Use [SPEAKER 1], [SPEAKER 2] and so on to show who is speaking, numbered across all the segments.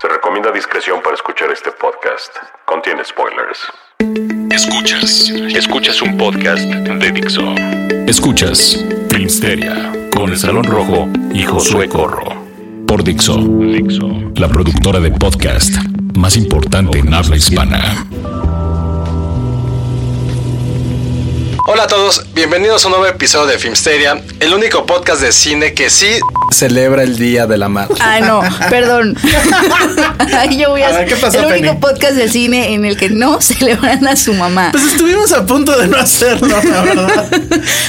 [SPEAKER 1] Se recomienda discreción para escuchar este podcast. Contiene spoilers. Escuchas. Escuchas un podcast de Dixo. Escuchas Filmsteria con el Salón Rojo y Josué Corro. Por Dixo. Dixo. La productora de podcast más importante en habla hispana.
[SPEAKER 2] Hola a todos, bienvenidos a un nuevo episodio de Filmsteria, el único podcast de cine que sí celebra el Día de la Madre.
[SPEAKER 3] Ah, no, perdón. Ay, yo voy a,
[SPEAKER 4] A ver, ¿qué pasó,
[SPEAKER 3] el único
[SPEAKER 4] Penny?
[SPEAKER 3] podcast de cine en el que no celebran a su mamá.
[SPEAKER 4] Pues estuvimos a punto de no hacerlo, la verdad.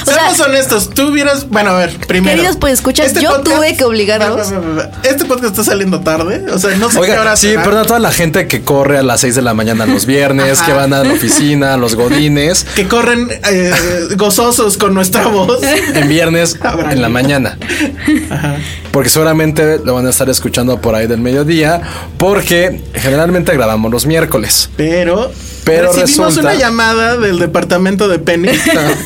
[SPEAKER 4] Seamos honestos, tú hubieras. Bueno, a ver, primero. Este
[SPEAKER 3] Queridos, pues, escuchas, yo tuve que obligarlos.
[SPEAKER 4] Va, va, va, va. Este podcast está saliendo tarde. O sea, no sé qué
[SPEAKER 2] Oiga,
[SPEAKER 4] hora
[SPEAKER 2] sí,
[SPEAKER 4] será.
[SPEAKER 2] perdón a toda la gente que corre a las 6 de la mañana los viernes, que van a la oficina, los godines,
[SPEAKER 4] Que corren eh, gozosos con nuestra voz.
[SPEAKER 2] en viernes en la mañana. Porque seguramente lo van a estar escuchando por ahí del mediodía, porque generalmente grabamos los miércoles.
[SPEAKER 4] Pero,
[SPEAKER 2] Pero
[SPEAKER 4] recibimos
[SPEAKER 2] resulta-
[SPEAKER 4] una llamada del departamento de Penny.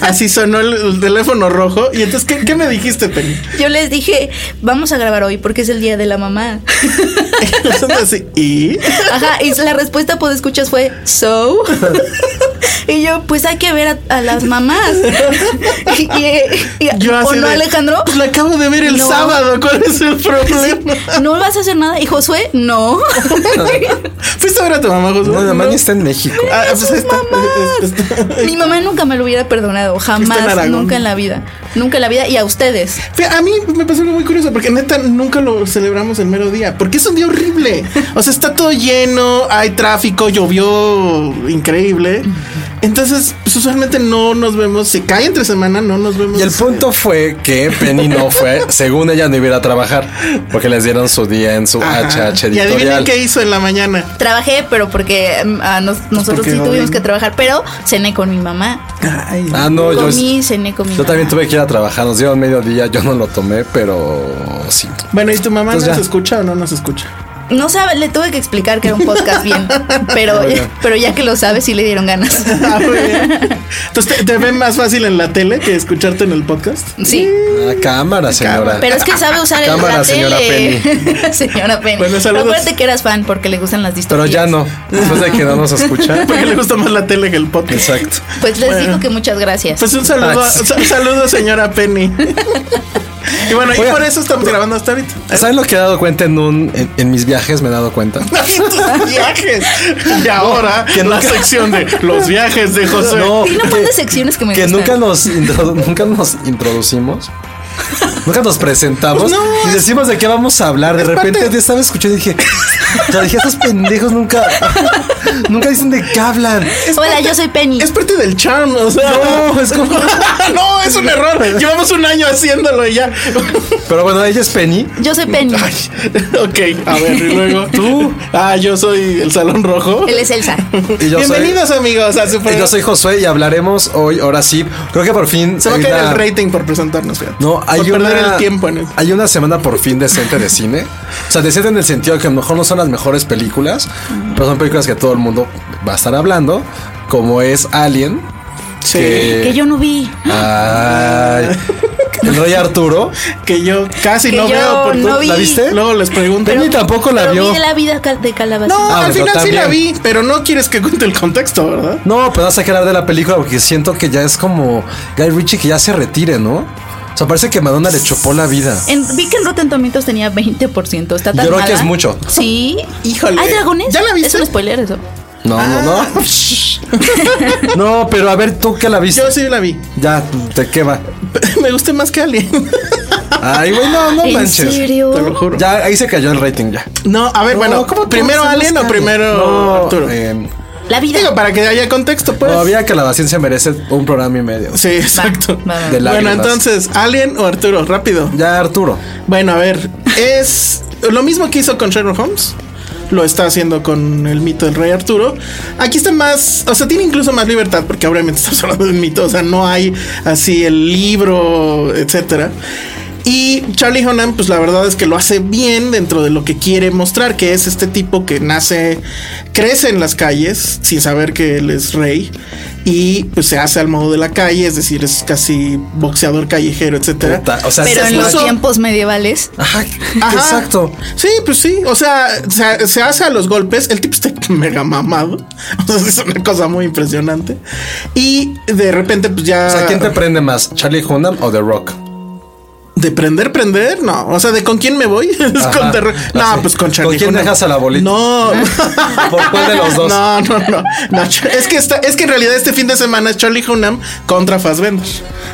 [SPEAKER 4] Así sonó el, el teléfono rojo. Y entonces, ¿qué, qué me dijiste, Penny?
[SPEAKER 3] Yo les dije, vamos a grabar hoy porque es el día de la mamá.
[SPEAKER 4] Entonces, así, y
[SPEAKER 3] Ajá, y la respuesta por escuchas fue, so. Y yo, pues hay que ver a, a las mamás. Y, y- y-
[SPEAKER 4] yo
[SPEAKER 3] ¿O
[SPEAKER 4] así.
[SPEAKER 3] no,
[SPEAKER 4] de,
[SPEAKER 3] Alejandro?
[SPEAKER 4] Pues la acabo de ver el
[SPEAKER 3] No.
[SPEAKER 4] sábado. ¿Cuál es el problema?
[SPEAKER 3] ¿No vas a hacer nada? ¿Y Josué? No.
[SPEAKER 4] ¿Fuiste a ver a tu mamá, Josué?
[SPEAKER 2] No, la mañana está en México.
[SPEAKER 4] Ah, pues ahí está.
[SPEAKER 3] Mi mamá nunca me lo hubiera perdonado,
[SPEAKER 4] Fuiste en
[SPEAKER 3] jamás,
[SPEAKER 4] Aragón.
[SPEAKER 3] nunca en la vida. Nunca en la vida y a ustedes.
[SPEAKER 4] Fe- A mí me pasó algo muy curioso porque neta nunca lo celebramos el mero día porque es un día horrible. O sea, está todo lleno, hay tráfico, llovió increíble. Entonces, pues, usualmente no nos vemos. Si cae entre semana, no nos vemos. este,
[SPEAKER 2] Y el punto fue que Penny no fue, según ella, no iba a ir a trabajar, porque les dieron su día en su
[SPEAKER 4] Ajá.
[SPEAKER 2] HH
[SPEAKER 4] Y adivinen
[SPEAKER 2] ah, editorial.
[SPEAKER 4] qué hizo en la mañana.
[SPEAKER 3] Trabajé, pero porque mm, a nos- nosotros
[SPEAKER 4] porque
[SPEAKER 3] sí tuvimos
[SPEAKER 4] Godín.
[SPEAKER 3] que trabajar, pero cené con mi mamá.
[SPEAKER 2] Ah, no, yo,
[SPEAKER 3] Comí, cené con mi
[SPEAKER 2] yo
[SPEAKER 3] mamá.
[SPEAKER 2] también tuve que ir a trabajar. Nos dieron mediodía, yo no lo tomé, pero sí.
[SPEAKER 4] Bueno, ¿y tu mamá
[SPEAKER 2] Entonces, Pues
[SPEAKER 4] nos
[SPEAKER 2] ya.
[SPEAKER 4] escucha o no nos escucha?
[SPEAKER 3] No sabe, le tuve que explicar que era un podcast bien, pero, pero ya que lo sabe, sí le dieron ganas.
[SPEAKER 4] Ah, muy bien. Entonces, ¿te, te ven más fácil en la tele que escucharte en el podcast?
[SPEAKER 3] Sí,
[SPEAKER 2] Ah, cámara, señora.
[SPEAKER 3] pero es que sabe usar el
[SPEAKER 2] Cámara,
[SPEAKER 3] la
[SPEAKER 2] señora
[SPEAKER 3] tele. señora Penny.
[SPEAKER 4] Bueno, saludos.
[SPEAKER 3] Acuérdate que eras fan porque le gustan las
[SPEAKER 2] Pero
[SPEAKER 3] distopías.
[SPEAKER 2] ya no. Después de que no nos escucha.
[SPEAKER 4] Porque le gusta más la tele que el podcast.
[SPEAKER 2] Exacto.
[SPEAKER 3] Pues les digo que muchas gracias.
[SPEAKER 4] Pues un saludo,
[SPEAKER 2] Ay, Ah, sí.
[SPEAKER 4] un saludo señora Penny. y bueno, y
[SPEAKER 2] Oiga,
[SPEAKER 4] por eso estamos grabando hasta ahorita.
[SPEAKER 2] ¿Saben lo que he dado cuenta en un en, en mis viajes? Me he dado cuenta.
[SPEAKER 4] Estos viajes. Y ahora la sección de los viajes de José.
[SPEAKER 3] Tiene un montón de secciones que me
[SPEAKER 2] que
[SPEAKER 3] gustan.
[SPEAKER 2] nunca nos intro- nunca nos introducimos. Nunca nos presentamos
[SPEAKER 4] No,
[SPEAKER 2] y decimos de qué vamos a hablar. De
[SPEAKER 4] es
[SPEAKER 2] repente
[SPEAKER 4] parte-
[SPEAKER 2] te estaba escuchando y dije, o sea, dije, estos pendejos nunca, nunca dicen de qué hablan.
[SPEAKER 3] Hola, yo soy Penny.
[SPEAKER 4] Es parte del charm, o sea.
[SPEAKER 2] No, es como-
[SPEAKER 4] no, es un error. Llevamos un año haciéndolo y ya.
[SPEAKER 2] Pero bueno, ella es Penny.
[SPEAKER 3] Yo soy Penny.
[SPEAKER 4] ok, a ver, y luego. Tú. Ah, yo soy el Salón Rojo.
[SPEAKER 3] Él es Elsa.
[SPEAKER 2] Y yo
[SPEAKER 4] Bienvenidos, amigos, a su
[SPEAKER 2] Soy, y yo
[SPEAKER 4] programa.
[SPEAKER 2] soy Josué y hablaremos hoy, ahora sí. Creo que por fin.
[SPEAKER 4] Se va a
[SPEAKER 2] hay
[SPEAKER 4] caer
[SPEAKER 2] una-
[SPEAKER 4] el rating por presentarnos, fíjate.
[SPEAKER 2] No, hay
[SPEAKER 4] por perder
[SPEAKER 2] una-
[SPEAKER 4] el tiempo en eso.
[SPEAKER 2] Hay una semana por fin decente de cine. O sea, decente en el sentido que a lo mejor no son las mejores películas, pero son películas que todo el mundo va a estar hablando, como es Alien.
[SPEAKER 4] Sí.
[SPEAKER 3] Que yo no vi.
[SPEAKER 2] Ay, el Rey Arturo.
[SPEAKER 4] Que yo casi
[SPEAKER 3] Que
[SPEAKER 4] no
[SPEAKER 3] yo
[SPEAKER 4] veo por
[SPEAKER 3] no
[SPEAKER 4] todo-
[SPEAKER 3] vi.
[SPEAKER 2] ¿La viste?
[SPEAKER 4] Luego les pregunto.
[SPEAKER 2] Penny tampoco la
[SPEAKER 3] Pero
[SPEAKER 2] vio.
[SPEAKER 3] vi de la vida cal- de Calabazas.
[SPEAKER 4] No,
[SPEAKER 2] Ah,
[SPEAKER 4] al
[SPEAKER 2] pero
[SPEAKER 4] final sí la
[SPEAKER 2] también.
[SPEAKER 4] vi, pero no quieres que cuente el contexto, ¿verdad?
[SPEAKER 2] No, pero vas a hablar de la película porque siento que ya es como Guy Ritchie que ya se retire, ¿no? O O sea, parece que Madonna le chopó la vida.
[SPEAKER 3] En, vi que en Rotten Tomatoes tenía 20%. Está tan
[SPEAKER 2] Yo creo que
[SPEAKER 3] mala.
[SPEAKER 2] es mucho.
[SPEAKER 3] Sí.
[SPEAKER 4] Híjole.
[SPEAKER 3] ¿Hay dragones?
[SPEAKER 4] ¿Ya la viste?
[SPEAKER 3] Es un spoiler eso.
[SPEAKER 2] No, no,
[SPEAKER 3] Ah.
[SPEAKER 2] no. no, pero a ver, tú que la viste.
[SPEAKER 4] Yo sí la vi.
[SPEAKER 2] Ya, te quema.
[SPEAKER 4] Me gusta más que Alien.
[SPEAKER 2] Ay, güey, no, no
[SPEAKER 3] ¿En
[SPEAKER 2] manches.
[SPEAKER 3] serio?
[SPEAKER 4] Te lo juro.
[SPEAKER 2] Ya, ahí se cayó el rating ya.
[SPEAKER 4] No, a ver,
[SPEAKER 2] No,
[SPEAKER 4] Eh, bueno,
[SPEAKER 2] ¿cómo te
[SPEAKER 4] ¿primero
[SPEAKER 2] vas a
[SPEAKER 4] Alien o
[SPEAKER 2] buscar?
[SPEAKER 4] primero
[SPEAKER 2] No,
[SPEAKER 4] Arturo?
[SPEAKER 2] eh,
[SPEAKER 3] La vida.
[SPEAKER 4] Digo, para que haya contexto, pues.
[SPEAKER 2] todavía que la ciencia merece un programa y medio.
[SPEAKER 4] Sí, exacto.
[SPEAKER 3] va, va.
[SPEAKER 2] De
[SPEAKER 4] Bueno,
[SPEAKER 2] lágrimas.
[SPEAKER 4] entonces, ¿Alien o Arturo? Rápido.
[SPEAKER 2] Ya, Arturo.
[SPEAKER 4] Bueno, a ver, es lo mismo que hizo con Sherlock Holmes. Lo está haciendo con el mito del rey Arturo. Aquí está más, o sea, tiene incluso más libertad porque obviamente estamos hablando de un mito, o sea, no hay así el libro, etcétera. Y Charlie Hunnam, pues la verdad es que lo hace bien dentro de lo que quiere mostrar, que es este tipo que nace, crece en las calles sin saber que él es rey y pues se hace al modo de la calle, es decir, es casi boxeador callejero, etcétera.
[SPEAKER 2] Puta, o sea,
[SPEAKER 3] Pero
[SPEAKER 2] sí
[SPEAKER 3] en los
[SPEAKER 2] está-
[SPEAKER 3] tiempos medievales.
[SPEAKER 2] Ajá,
[SPEAKER 4] Ajá.
[SPEAKER 2] exacto.
[SPEAKER 4] Sí, pues sí. O sea, se, se hace a los golpes. El tipo está mega mamado. O sea, es una cosa muy impresionante. Y de repente, pues ya.
[SPEAKER 2] O sea, ¿quién te prende más? ¿Charlie Hunnam o The Rock?
[SPEAKER 4] De prender, prender, no. O sea, de con quién me voy. Es con The Rock. No,
[SPEAKER 2] Así.
[SPEAKER 4] pues con Charlie.
[SPEAKER 2] ¿Con quién
[SPEAKER 4] Hunnam.
[SPEAKER 2] dejas a la bolita? ¿Eh?
[SPEAKER 4] No.
[SPEAKER 2] ¿Por cuál de los dos?
[SPEAKER 4] No, no, no. No, Ch- es, que está, es que en realidad este fin de semana es Charlie Hunnam contra Fassbender.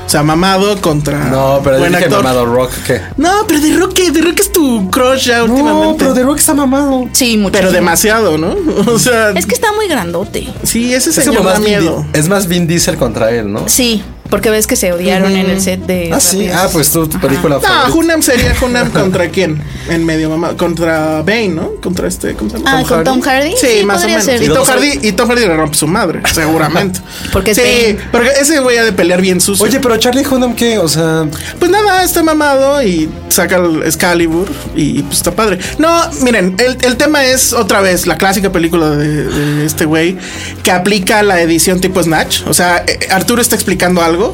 [SPEAKER 4] O sea, mamado contra.
[SPEAKER 2] No, pero yo
[SPEAKER 4] buen
[SPEAKER 2] dije
[SPEAKER 4] actor.
[SPEAKER 2] mamado Rock, ¿qué?
[SPEAKER 4] No, pero de Rock, ¿qué? de Rock es tu crush ya últimamente.
[SPEAKER 2] Rock está mamado.
[SPEAKER 3] Sí, mucho.
[SPEAKER 4] Pero demasiado, ¿no? O sea.
[SPEAKER 3] Es que está muy grandote.
[SPEAKER 4] Sí, ese
[SPEAKER 2] Es,
[SPEAKER 4] señor
[SPEAKER 2] como
[SPEAKER 4] da
[SPEAKER 2] más Vin
[SPEAKER 4] miedo.
[SPEAKER 2] Di- es más Vin Diesel contra él, ¿no?
[SPEAKER 3] Sí, porque ves que se odiaron en el set de.
[SPEAKER 2] Ah, sí.
[SPEAKER 3] Rápidos.
[SPEAKER 2] Ah, pues tu tu película
[SPEAKER 4] No,
[SPEAKER 2] favorita.
[SPEAKER 4] Hunam sería Hunam contra quién? En medio mamá. Contra Bane, ¿no? Contra este. ¿Cómo se llama?
[SPEAKER 3] Ah, con Tom Hardy.
[SPEAKER 4] Sí, más o
[SPEAKER 3] podría
[SPEAKER 4] menos.
[SPEAKER 3] ser.
[SPEAKER 4] Y,
[SPEAKER 2] los
[SPEAKER 4] Tom
[SPEAKER 2] dos-
[SPEAKER 4] Hardy, y Tom Hardy le rompe su madre, seguramente.
[SPEAKER 3] Porque es
[SPEAKER 4] sí,
[SPEAKER 3] Bane.
[SPEAKER 4] porque ese güey ha de pelear bien sucio.
[SPEAKER 2] Oye, pero Charlie Hunnam, ¿qué? O sea,
[SPEAKER 4] pues nada, está mamado y saca el Excalibur y pues está padre. No, miren, el, el tema es otra vez la clásica película de, de este güey que aplica la edición tipo Snatch. O sea, eh, Arturo está explicando algo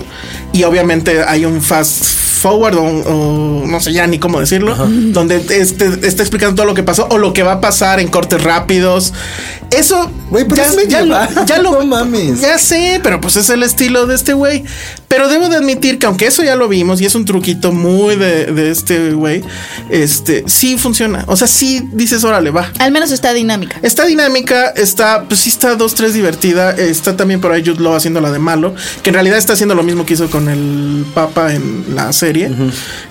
[SPEAKER 4] y obviamente hay un fast forward o, un- o no sé ya ni cómo decirlo, donde este, está explicando todo lo que pasó o lo que va a pasar en cortes rápidos. Eso,
[SPEAKER 2] Güey, pero es medieval.
[SPEAKER 4] lo- ya lo,
[SPEAKER 2] No mames.
[SPEAKER 4] ya sé, pero pues es el estilo de este güey. Pero debo de admitir que aunque eso ya lo vimos y es un truquito muy de, de este güey, este sí funciona. O sea, sí dices, órale, va.
[SPEAKER 3] Al menos está dinámica.
[SPEAKER 4] Está dinámica, está, pues sí está dos, tres divertida. Está también por ahí Jude Law haciendo la de malo, que en realidad está haciendo lo mismo que hizo con el Papa en la serie.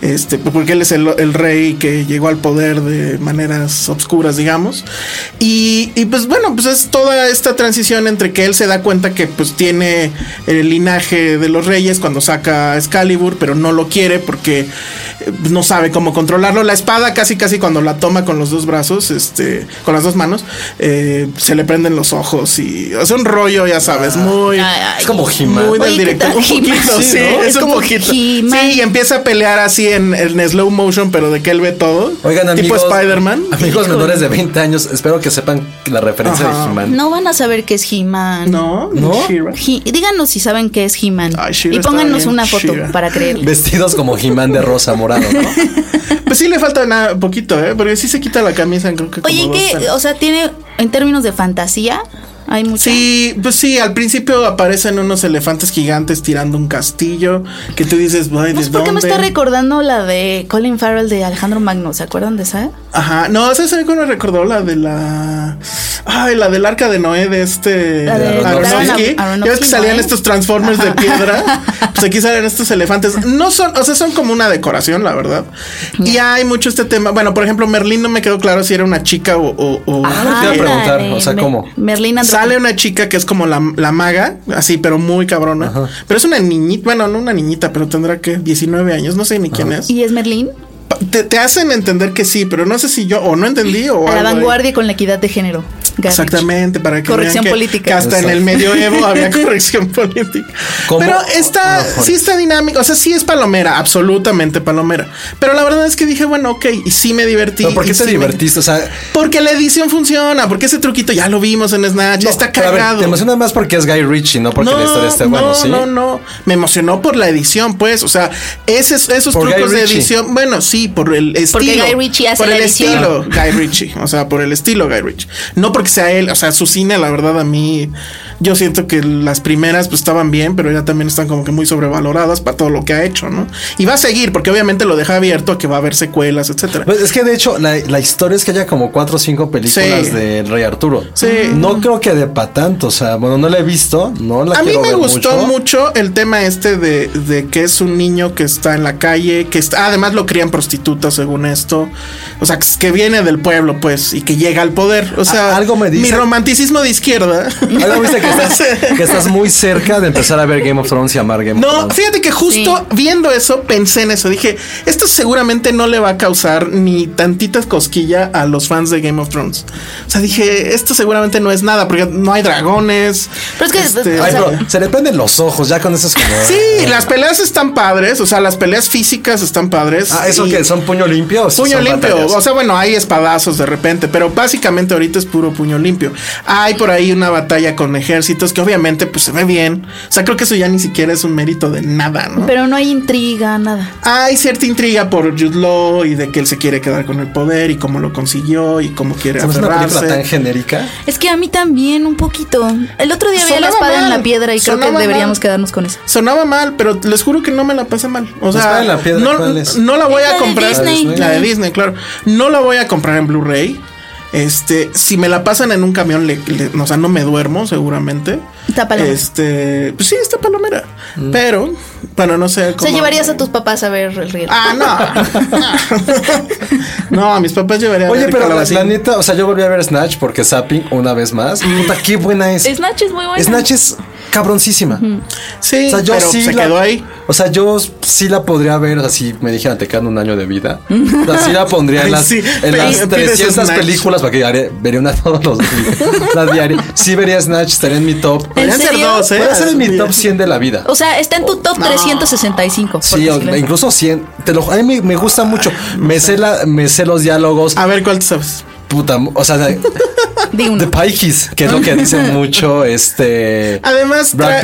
[SPEAKER 4] Este, porque él es el, el rey que llegó al poder de maneras obscuras, digamos. Y, y, pues bueno, pues es toda esta transición entre que él se da cuenta que pues tiene el linaje de los reyes cuando saca Excalibur, pero no lo quiere porque eh, no sabe cómo controlarlo. La espada casi casi cuando la toma con los dos brazos, este, con las dos manos, eh, se le prenden los ojos y hace un rollo, ya sabes, muy...
[SPEAKER 3] Ay,
[SPEAKER 2] es como Ah. He-Man.
[SPEAKER 4] Muy
[SPEAKER 3] Ah. Oye,
[SPEAKER 4] del
[SPEAKER 3] ¿qué
[SPEAKER 4] director.
[SPEAKER 3] tal?
[SPEAKER 4] Un poquito,
[SPEAKER 3] He-Man,
[SPEAKER 4] sí,
[SPEAKER 3] ¿no?
[SPEAKER 4] es,
[SPEAKER 3] Es
[SPEAKER 4] un
[SPEAKER 3] como
[SPEAKER 4] poquito. Sí,
[SPEAKER 3] He-Man.
[SPEAKER 4] y empieza a pelear así en, en slow motion, pero de que él ve todo.
[SPEAKER 2] oigan,
[SPEAKER 4] tipo
[SPEAKER 2] amigos.
[SPEAKER 4] Spider-Man.
[SPEAKER 2] Amigos menores de 20 años, espero que sepan la referencia
[SPEAKER 4] Ajá.
[SPEAKER 2] de He-Man.
[SPEAKER 3] No van a saber qué es He-Man.
[SPEAKER 4] No,
[SPEAKER 2] ¿No?
[SPEAKER 4] She-Ra.
[SPEAKER 3] He- díganos si saben qué es He-Man.
[SPEAKER 4] Ay, She-Ra
[SPEAKER 3] Y
[SPEAKER 4] estaba
[SPEAKER 3] pónganos
[SPEAKER 4] bien
[SPEAKER 3] una foto
[SPEAKER 4] chida.
[SPEAKER 3] para creerlo.
[SPEAKER 2] Vestidos como He-Man de rosa morado, ¿no?
[SPEAKER 4] Pues sí le falta nada, poquito, ¿eh? Porque sí se quita la camisa, creo que como
[SPEAKER 3] Oye,
[SPEAKER 4] dos
[SPEAKER 3] ¿qué?
[SPEAKER 4] telas.
[SPEAKER 3] O sea, tiene. En términos de fantasía, hay mucha.
[SPEAKER 4] Sí, pues sí, al principio aparecen unos elefantes gigantes tirando un castillo que tú dices, "Ay,
[SPEAKER 2] Pues,
[SPEAKER 3] No
[SPEAKER 4] ¿de
[SPEAKER 3] sé por qué me
[SPEAKER 4] dónde?".
[SPEAKER 3] está recordando la de Colin Farrell de Alejandro Magno. ¿Se acuerdan de esa?
[SPEAKER 4] Ajá, no, esa se me recordó la de la. Ay, la del arca de Noé de este.
[SPEAKER 3] La de
[SPEAKER 4] Aronofsky.
[SPEAKER 3] Darren
[SPEAKER 4] Ya
[SPEAKER 3] Aronofsky,
[SPEAKER 4] ves que salían
[SPEAKER 3] ¿no, eh?
[SPEAKER 4] estos Transformers de piedra. Pues aquí salen estos elefantes. No son, o sea, son como una decoración, la verdad. Y hay mucho este tema. Bueno, por ejemplo, Merlín no me quedó claro si era una chica o. o- o-
[SPEAKER 3] Ah,
[SPEAKER 2] Ah, te iba a preguntar, o sea, ¿cómo?
[SPEAKER 3] Merlina
[SPEAKER 4] Sale una chica que es como la, la maga, así, pero muy cabrona. Pero es una niñita, bueno, no una niñita, pero tendrá que 19 años, no sé ni quién es.
[SPEAKER 3] ¿Y es Merlín?
[SPEAKER 4] Pa- Te, te hacen entender que sí, pero no sé si yo o no entendí o...
[SPEAKER 3] A la
[SPEAKER 4] algo ahí.
[SPEAKER 3] vanguardia con la equidad de género. Garbage.
[SPEAKER 4] Exactamente, para que
[SPEAKER 3] Corrección
[SPEAKER 4] vean que-
[SPEAKER 3] política.
[SPEAKER 4] que hasta en el medioevo había corrección política.
[SPEAKER 2] ¿Cómo? Ah,
[SPEAKER 4] Pero está,
[SPEAKER 2] Mejor.
[SPEAKER 4] sí está dinámico, o sea, sí es palomera, absolutamente palomera. Pero la verdad es que dije, bueno, ok, y sí me divertí.
[SPEAKER 2] Pero ¿Por qué
[SPEAKER 4] y
[SPEAKER 2] te
[SPEAKER 4] sí me-
[SPEAKER 2] divertiste? O sea,
[SPEAKER 4] Porque la edición funciona, porque ese truquito ya lo vimos en Snatch,
[SPEAKER 2] no,
[SPEAKER 4] está
[SPEAKER 2] pero a ver,
[SPEAKER 4] cagado.
[SPEAKER 2] te emociona más porque es Guy Ritchie, no porque la historia esté buena,
[SPEAKER 4] no,
[SPEAKER 2] ¿sí?
[SPEAKER 4] No, no, me emocionó por la edición, pues, o sea, esos, esos
[SPEAKER 2] Por Guy
[SPEAKER 4] trucos de
[SPEAKER 2] Ritchie.
[SPEAKER 4] edición, bueno, sí, por el estilo.
[SPEAKER 3] Guy Ritchie hace
[SPEAKER 4] Por
[SPEAKER 3] la
[SPEAKER 4] el
[SPEAKER 3] edición.
[SPEAKER 2] Ah.
[SPEAKER 4] estilo Guy Ritchie, o sea, por el estilo Guy Ritchie. No porque que sea él. O sea, su cine, la verdad, a mí. Yo siento que las primeras pues estaban bien, pero ya también están como que muy sobrevaloradas para todo lo que ha hecho, ¿no? Y va a seguir, porque obviamente lo deja abierto a que va a haber secuelas, etcétera.
[SPEAKER 2] Pues es que de hecho la, la historia es que haya como cuatro o cinco películas
[SPEAKER 4] Sí.
[SPEAKER 2] de Rey Arturo.
[SPEAKER 4] Sí.
[SPEAKER 2] No creo que de pa' tanto, o sea, bueno, no la he visto, no la
[SPEAKER 4] A mí
[SPEAKER 2] quiero
[SPEAKER 4] me
[SPEAKER 2] ver
[SPEAKER 4] gustó mucho. el tema este de, de que es un niño que está en la calle, que está, además lo crían prostitutas según esto. O sea, que es- que viene del pueblo, pues, y que llega al poder. O sea,
[SPEAKER 2] A- algo me dice-
[SPEAKER 4] mi romanticismo de izquierda.
[SPEAKER 2] Algo viste que estás,
[SPEAKER 4] Sí.
[SPEAKER 2] que estás muy cerca de empezar a ver Game of Thrones y amar Game of
[SPEAKER 4] No,
[SPEAKER 2] Thrones.
[SPEAKER 4] fíjate que justo viendo eso pensé en eso. Dije, esto seguramente no le va a causar ni tantitas cosquilla a los fans de Game of Thrones. O sea, dije, esto seguramente no es nada porque no hay dragones.
[SPEAKER 3] Pero es que-
[SPEAKER 2] Ay,
[SPEAKER 4] este,
[SPEAKER 3] o sea-
[SPEAKER 2] pero se le prenden los ojos, ya con esas como.
[SPEAKER 4] Sí, las peleas están padres, o sea, las peleas físicas están padres.
[SPEAKER 2] Ah, ¿eso
[SPEAKER 4] y
[SPEAKER 2] que son puño limpio? o sí
[SPEAKER 4] Puño
[SPEAKER 2] son
[SPEAKER 4] limpio,
[SPEAKER 2] batallas?
[SPEAKER 4] o sea, bueno, hay espadazos de repente, pero básicamente ahorita es puro puño limpio. Hay por ahí una batalla con ejércitos que obviamente pues se ve bien. O sea, creo que eso ya ni siquiera es un mérito de nada, ¿no?
[SPEAKER 3] Pero no hay intriga, nada.
[SPEAKER 4] hay cierta intriga por Jude Law y de que él se quiere quedar con el poder y cómo lo consiguió y cómo quiere
[SPEAKER 2] Se me hace una película tan
[SPEAKER 4] aferrarse.
[SPEAKER 2] genérica.
[SPEAKER 3] Es que a mí también un poquito. El otro día vi la
[SPEAKER 4] Sonaba
[SPEAKER 3] espada en
[SPEAKER 4] mal,
[SPEAKER 3] la piedra y creo que
[SPEAKER 4] sonaba
[SPEAKER 3] deberíamos
[SPEAKER 4] mal.
[SPEAKER 3] quedarnos con eso.
[SPEAKER 4] Sonaba mal, pero les juro que no me la pasé mal. O
[SPEAKER 2] espada
[SPEAKER 4] sea,
[SPEAKER 2] Pues en la piedra,
[SPEAKER 4] no,
[SPEAKER 2] ¿cuál es?
[SPEAKER 4] no la voy
[SPEAKER 3] Es la
[SPEAKER 4] a
[SPEAKER 3] de
[SPEAKER 4] comprar.
[SPEAKER 3] Disney.
[SPEAKER 4] La de Disney, claro. No la voy a comprar en Blu-ray. Este, si me la pasan en un camión, le, le- o sea, no me duermo seguramente.
[SPEAKER 3] Está palomera.
[SPEAKER 4] Este, pues sí, está palomera.
[SPEAKER 2] Mm.
[SPEAKER 4] Pero, bueno, no sé.
[SPEAKER 3] O sea,
[SPEAKER 4] cómo-
[SPEAKER 3] llevarías a tus papás a ver el río.
[SPEAKER 4] Ah, no. no, a mis papás llevaría. a
[SPEAKER 2] Oye,
[SPEAKER 4] ver
[SPEAKER 2] pero la,
[SPEAKER 4] Calabacín.
[SPEAKER 2] la neta, o sea, yo volví a ver Snatch porque Zapping una vez más. Puta, qué buena es.
[SPEAKER 3] Snatch es muy buena.
[SPEAKER 2] Snatch es cabroncísima.
[SPEAKER 4] Sí,
[SPEAKER 2] O sea, yo
[SPEAKER 4] pero
[SPEAKER 2] sí
[SPEAKER 4] se
[SPEAKER 2] la-
[SPEAKER 4] quedó ahí.
[SPEAKER 2] O sea, yo sí la podría ver, o sea, si me dijeran te quedan un año de vida. O sea, sí la pondría en
[SPEAKER 4] Ay,
[SPEAKER 2] las,
[SPEAKER 4] sí,
[SPEAKER 2] en las
[SPEAKER 4] pides
[SPEAKER 2] 300
[SPEAKER 4] Snatch.
[SPEAKER 2] películas, porque haré- vería una todos los días. La diaria. Sí vería Snatch, estaría en mi top.
[SPEAKER 3] ¿En
[SPEAKER 4] Podrían ser
[SPEAKER 3] serio?
[SPEAKER 4] dos, ¿eh?
[SPEAKER 2] Puede ser en mi top 100 de la vida.
[SPEAKER 3] O sea, está en tu top 365. por
[SPEAKER 2] Sí, o-
[SPEAKER 3] decirlo.
[SPEAKER 2] incluso 100. Te lo, a mí me, me gusta mucho. Me sé, la, me sé los diálogos.
[SPEAKER 4] A ver, ¿cuál te sabes?
[SPEAKER 2] Puta, o sea, de,
[SPEAKER 3] Di uno.
[SPEAKER 2] de Pikes, que es lo que dicen mucho este.
[SPEAKER 4] Además,
[SPEAKER 2] Brad
[SPEAKER 4] tra-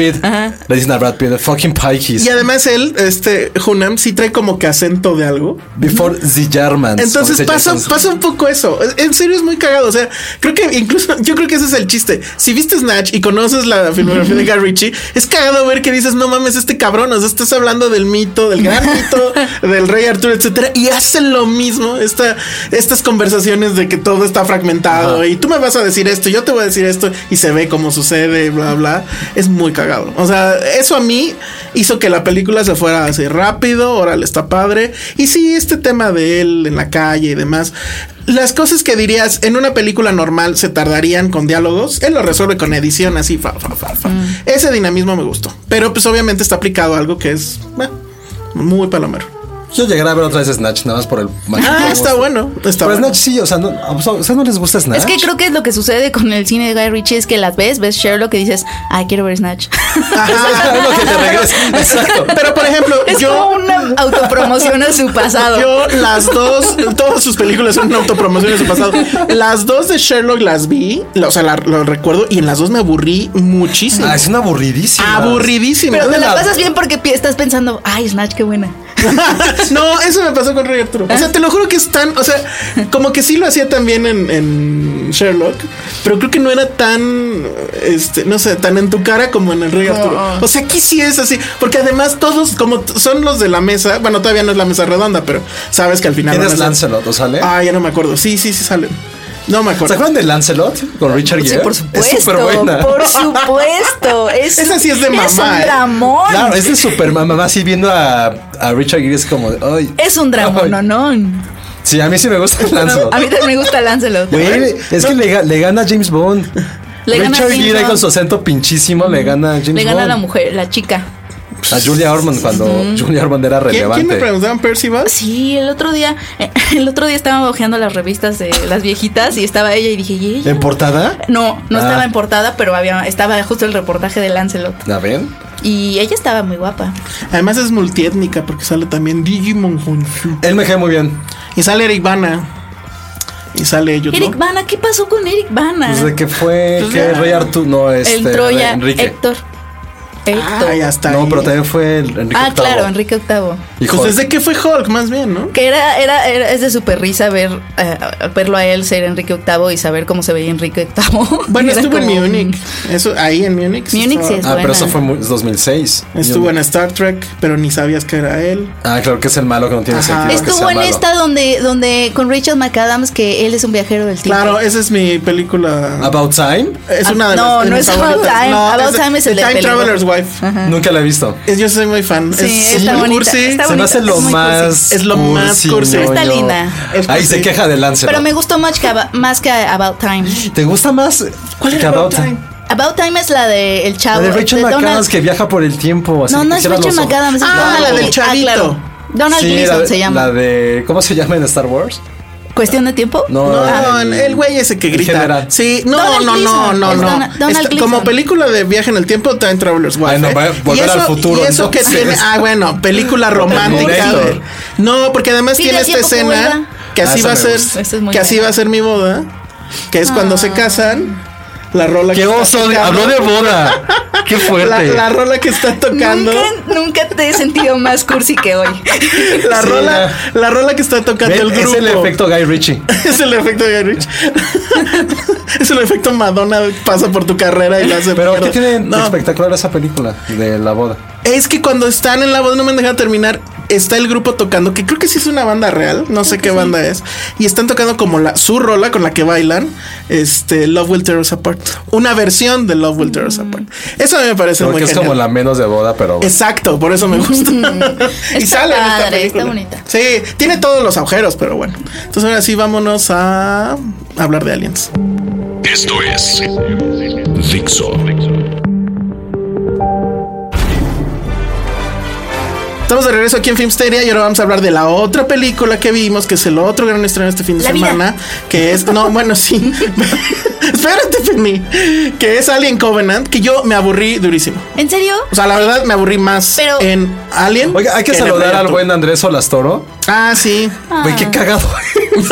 [SPEAKER 2] Pitt. Le dicen a Brad Pitt, fucking Pikes.
[SPEAKER 4] Y además él, este, Hunam, sí trae como que acento de algo.
[SPEAKER 2] Before the Germans.
[SPEAKER 4] Entonces
[SPEAKER 2] Como dice
[SPEAKER 4] pasa,
[SPEAKER 2] Jason.
[SPEAKER 4] pasa un poco eso. En serio es muy cagado. O sea, creo que incluso, yo creo que ese es el chiste. Si viste Snatch y conoces la filmografía de Guy Ritchie, es cagado ver que dices, no mames, este cabrón, o sea, estás hablando del mito, del gran mito, del rey Arturo, etcétera, y hacen lo mismo. Esta, estas conversaciones de que todo está fragmentado y tú me vas a decir esto, yo te voy a decir esto, y se ve cómo sucede, bla, bla. Es muy cagado. O sea, eso a mí hizo que la película se fuera así rápido, órale, está padre. Y sí, este tema de él en la calle y demás. Las cosas que dirías en una película normal se tardarían con diálogos, él lo resuelve con edición así, fa, fa, fa, fa.
[SPEAKER 3] Mm.
[SPEAKER 4] Ese dinamismo me gustó. Pero pues obviamente está aplicado a algo que es eh, muy palomero.
[SPEAKER 2] Yo llegaré a ver otra vez Snatch, nada más por el
[SPEAKER 4] Ah, está bueno. Está
[SPEAKER 2] Pero
[SPEAKER 4] bueno.
[SPEAKER 2] Snatch sí, o sea, no, o sea, ¿no les gusta Snatch.
[SPEAKER 3] Es que creo que es lo que sucede con el cine de Guy Ritchie es que las ves, ves Sherlock y dices, ay, quiero ver Snatch.
[SPEAKER 4] Ajá.
[SPEAKER 2] es lo que te regresa. Exacto.
[SPEAKER 4] Pero por ejemplo,
[SPEAKER 3] es
[SPEAKER 4] yo
[SPEAKER 3] como una autopromoción a su pasado.
[SPEAKER 4] Yo las dos, todas sus películas son una autopromoción de su pasado. Las dos de Sherlock las vi, la- o sea, la- lo recuerdo y en las dos me aburrí muchísimo.
[SPEAKER 2] Ah, es una aburridísima.
[SPEAKER 4] Aburridísima.
[SPEAKER 3] Pero te la
[SPEAKER 4] No,
[SPEAKER 3] pasas bien porque pi- estás pensando, ay, Snatch, qué buena.
[SPEAKER 4] no, eso me pasó con Rey Arturo. O sea, te lo juro que es tan, o sea, como que sí lo hacía también en, en Sherlock, pero creo que no era tan, este, no sé, tan en tu cara como en el Rey Arturo. O sea, aquí sí es así, porque además todos como t- son los de la mesa, bueno, todavía no es la mesa redonda, pero sabes que al final...
[SPEAKER 2] ¿Quién
[SPEAKER 4] van
[SPEAKER 2] es
[SPEAKER 4] a ser-
[SPEAKER 2] Lancelot? ¿O sale?
[SPEAKER 4] Ah, ya no me acuerdo. Sí, sí, sí salen. No me
[SPEAKER 2] ¿Se
[SPEAKER 4] acuerdo.
[SPEAKER 2] acuerdan de Lancelot
[SPEAKER 4] Ah,
[SPEAKER 2] con Richard
[SPEAKER 3] Sí,
[SPEAKER 2] Gere?
[SPEAKER 3] por supuesto.
[SPEAKER 2] Es súper buena.
[SPEAKER 3] Por supuesto. Es,
[SPEAKER 4] Esa sí es de
[SPEAKER 3] Es
[SPEAKER 4] mamá,
[SPEAKER 3] un
[SPEAKER 4] ¿eh?
[SPEAKER 3] dramón.
[SPEAKER 2] Claro, es de Superman. Mamá, sí, viendo a, a Richard Gere es como. de, Ay,
[SPEAKER 3] Es un
[SPEAKER 2] Ay.
[SPEAKER 3] dramón, no, no.
[SPEAKER 2] Sí, a mí sí me gusta Lancelot.
[SPEAKER 3] A mí también me gusta Lancelot.
[SPEAKER 2] Güey, es que le, ga- le gana a James Bond.
[SPEAKER 3] Le gana
[SPEAKER 2] Richard
[SPEAKER 3] a James
[SPEAKER 2] Gere ahí
[SPEAKER 3] Bond.
[SPEAKER 2] con su acento pinchísimo le gana a James Bond.
[SPEAKER 3] Le gana a la mujer, la chica.
[SPEAKER 2] A Julia Ormond cuando Julia Ormond era
[SPEAKER 4] ¿Quién,
[SPEAKER 2] relevante.
[SPEAKER 4] quién me preguntaban Percy Bass?
[SPEAKER 3] Sí, el otro día, eh, el otro día estaba hojeando las revistas de las viejitas y estaba ella y dije, ¿y ella?
[SPEAKER 2] ¿En portada?
[SPEAKER 3] No, no
[SPEAKER 2] Em, Ah.
[SPEAKER 3] estaba en portada, pero había, estaba justo el reportaje de Lancelot.
[SPEAKER 2] ¿La ven?
[SPEAKER 3] Y ella estaba muy guapa.
[SPEAKER 4] Además es multiétnica porque sale también Digimon Hunsu.
[SPEAKER 2] Él me cae muy bien.
[SPEAKER 4] Y sale Eric Bana. Y sale yo.
[SPEAKER 3] Eric Bana, ¿qué pasó con Eric Bana?
[SPEAKER 2] Desde que fue
[SPEAKER 4] Pues
[SPEAKER 2] que
[SPEAKER 4] ya.
[SPEAKER 2] Rey Arturo, no, este,
[SPEAKER 3] el Ah. Troya,
[SPEAKER 2] Enrique.
[SPEAKER 4] Ah,
[SPEAKER 3] Héctor. Perfecto.
[SPEAKER 4] Ay, hasta
[SPEAKER 2] No,
[SPEAKER 4] ahí.
[SPEAKER 2] pero también fue el Enrique
[SPEAKER 3] ah,
[SPEAKER 2] VIII.
[SPEAKER 3] claro, Enrique VIII.
[SPEAKER 2] Y
[SPEAKER 4] Pues
[SPEAKER 2] Hulk.
[SPEAKER 4] desde que fue Hulk, más bien, ¿no?
[SPEAKER 3] Que era, era, era- es de súper risa ver, eh, verlo a él ser Enrique VIII y saber cómo se veía Enrique VIII.
[SPEAKER 4] Bueno,
[SPEAKER 3] Era
[SPEAKER 4] estuvo en
[SPEAKER 3] como-
[SPEAKER 4] Munich. Eso, ahí en Munich.
[SPEAKER 3] Munich sí
[SPEAKER 4] estaba-
[SPEAKER 2] Ah, pero
[SPEAKER 3] buena.
[SPEAKER 2] eso fue muy- es 2006.
[SPEAKER 4] Estuvo en Star Trek, pero ni sabías que era él.
[SPEAKER 2] Ah, claro que es el malo que no tiene
[SPEAKER 4] Ajá.
[SPEAKER 2] sentido. que
[SPEAKER 3] Estuvo
[SPEAKER 2] sea
[SPEAKER 3] en
[SPEAKER 2] malo.
[SPEAKER 3] esta donde, donde con Rachel McAdams, que él es un viajero del tiempo.
[SPEAKER 4] Claro, esa es mi película.
[SPEAKER 2] About Time.
[SPEAKER 4] Es
[SPEAKER 3] Ah,
[SPEAKER 4] una de las
[SPEAKER 3] no,
[SPEAKER 4] de
[SPEAKER 3] no
[SPEAKER 4] mis
[SPEAKER 3] es About
[SPEAKER 4] favoritas.
[SPEAKER 3] Time. About
[SPEAKER 4] de-
[SPEAKER 3] Time es el de
[SPEAKER 4] The Time
[SPEAKER 3] película.
[SPEAKER 4] Traveler's Wife.
[SPEAKER 3] Ah.
[SPEAKER 2] Nunca la he visto.
[SPEAKER 4] Es- Yo soy muy fan.
[SPEAKER 3] Sí,
[SPEAKER 4] es
[SPEAKER 3] está
[SPEAKER 4] muy
[SPEAKER 3] bonita,
[SPEAKER 4] cursi.
[SPEAKER 3] está
[SPEAKER 2] Se me
[SPEAKER 3] bonita,
[SPEAKER 2] hace
[SPEAKER 3] es
[SPEAKER 2] lo
[SPEAKER 3] muy
[SPEAKER 2] más.
[SPEAKER 3] cursi.
[SPEAKER 4] Es lo más cursi.
[SPEAKER 3] Está
[SPEAKER 2] ñoño.
[SPEAKER 3] linda.
[SPEAKER 4] Es
[SPEAKER 2] Ahí
[SPEAKER 4] cursi.
[SPEAKER 2] se queja de Lancelot.
[SPEAKER 3] Pero me gustó más que, Aba- más que About Time.
[SPEAKER 2] ¿Te gusta más?
[SPEAKER 4] ¿Cuál
[SPEAKER 2] que
[SPEAKER 4] era About Time?
[SPEAKER 3] About Time es la de El Chavo.
[SPEAKER 2] La de Rachel
[SPEAKER 3] de Donald-
[SPEAKER 2] McAdams que viaja por el tiempo. así
[SPEAKER 3] No,
[SPEAKER 2] que
[SPEAKER 3] no es
[SPEAKER 2] cierra
[SPEAKER 3] Rachel
[SPEAKER 2] los ojos.
[SPEAKER 3] McAdams. es
[SPEAKER 4] Ah,
[SPEAKER 3] Donald
[SPEAKER 4] la del
[SPEAKER 3] Glee-
[SPEAKER 4] chavito.
[SPEAKER 3] claro. Donald
[SPEAKER 2] Sí,
[SPEAKER 3] Gleason
[SPEAKER 2] la-
[SPEAKER 3] se llama.
[SPEAKER 2] La de. ¿Cómo se llama en Star Wars?
[SPEAKER 3] ¿Cuestión de tiempo?
[SPEAKER 2] No,
[SPEAKER 4] No,
[SPEAKER 2] Ah,
[SPEAKER 4] el- el güey ese que
[SPEAKER 2] el
[SPEAKER 4] grita.
[SPEAKER 2] general.
[SPEAKER 4] Sí, no,
[SPEAKER 3] Donald
[SPEAKER 4] no, no,
[SPEAKER 3] Gleason.
[SPEAKER 4] no,
[SPEAKER 3] Es
[SPEAKER 4] no.
[SPEAKER 3] Dona- Donald
[SPEAKER 4] Está-
[SPEAKER 3] Gleason.
[SPEAKER 4] como película de viaje en el tiempo, Time Traveler's Wife.
[SPEAKER 2] Ay, no,
[SPEAKER 4] ¿eh?
[SPEAKER 2] va a volver
[SPEAKER 4] y eso,
[SPEAKER 2] al futuro,
[SPEAKER 4] Y eso que
[SPEAKER 2] entonces.
[SPEAKER 4] tiene. Ah, bueno, película romántica.
[SPEAKER 2] Terminator.
[SPEAKER 4] de- no, porque además
[SPEAKER 3] Pide
[SPEAKER 4] tiene
[SPEAKER 3] al
[SPEAKER 4] esta
[SPEAKER 3] tiempo que
[SPEAKER 4] escena
[SPEAKER 3] vuelva.
[SPEAKER 4] que
[SPEAKER 2] Ah,
[SPEAKER 4] así
[SPEAKER 2] esa
[SPEAKER 4] va a
[SPEAKER 2] me
[SPEAKER 4] ser,
[SPEAKER 2] gusta.
[SPEAKER 3] Esa es muy
[SPEAKER 4] que así
[SPEAKER 3] buena. Ah.
[SPEAKER 4] va a ser mi boda, que es cuando se casan. La rola
[SPEAKER 2] ¡Qué
[SPEAKER 4] que está
[SPEAKER 2] oso!
[SPEAKER 4] tocando-
[SPEAKER 2] Habló de boda. ¡Qué
[SPEAKER 4] la,
[SPEAKER 2] fuerte!
[SPEAKER 4] la rola que está tocando.
[SPEAKER 3] Nunca, nunca te he sentido más cursi que hoy.
[SPEAKER 4] La
[SPEAKER 2] Sí,
[SPEAKER 4] rola, la rola que está tocando
[SPEAKER 2] Ve,
[SPEAKER 4] el grupo.
[SPEAKER 2] es el efecto Guy Ritchie.
[SPEAKER 4] Es el efecto de Rich. es el efecto Madonna pasa por tu carrera y lo hace.
[SPEAKER 2] Pero, ¿qué
[SPEAKER 4] mierda.
[SPEAKER 2] tiene de
[SPEAKER 4] No,
[SPEAKER 2] espectacular esa película de la boda?
[SPEAKER 4] es que cuando están en la voz no me han dejado terminar. Está el grupo tocando, que creo que sí es una banda real, no sé qué banda es. Y están tocando como la, su rola con la que bailan, este Love Will Tear Us Apart. Una versión de Love Will Tear Us Apart.
[SPEAKER 3] Mm.
[SPEAKER 4] Eso a mí me parece
[SPEAKER 2] Creo
[SPEAKER 4] muy
[SPEAKER 2] que es
[SPEAKER 4] genial.
[SPEAKER 2] como la menos de boda, pero.
[SPEAKER 4] Exacto, por eso me gusta. y
[SPEAKER 3] Mm. Está
[SPEAKER 4] sale en esta
[SPEAKER 3] padre,
[SPEAKER 4] película.
[SPEAKER 3] está bonita.
[SPEAKER 4] Sí, tiene todos los agujeros, pero bueno. Entonces ahora sí, vámonos a hablar de aliens.
[SPEAKER 1] Esto es Dixo.
[SPEAKER 4] Estamos de regreso aquí en Filmsteria y ahora vamos a hablar de la otra película que vimos, que es el otro gran estreno este fin de
[SPEAKER 3] La vida.
[SPEAKER 4] semana, que es, no, bueno, sí, espérate, Penny, que es Alien Covenant, que yo me aburrí durísimo.
[SPEAKER 3] ¿En serio?
[SPEAKER 4] O sea, la verdad me aburrí más
[SPEAKER 3] Pero-
[SPEAKER 4] en Alien.
[SPEAKER 2] Oiga, hay que
[SPEAKER 4] en el
[SPEAKER 2] saludar al
[SPEAKER 4] reto.
[SPEAKER 2] buen Andrés Olastoro.
[SPEAKER 4] Ah, sí.
[SPEAKER 2] Güey, qué cagado.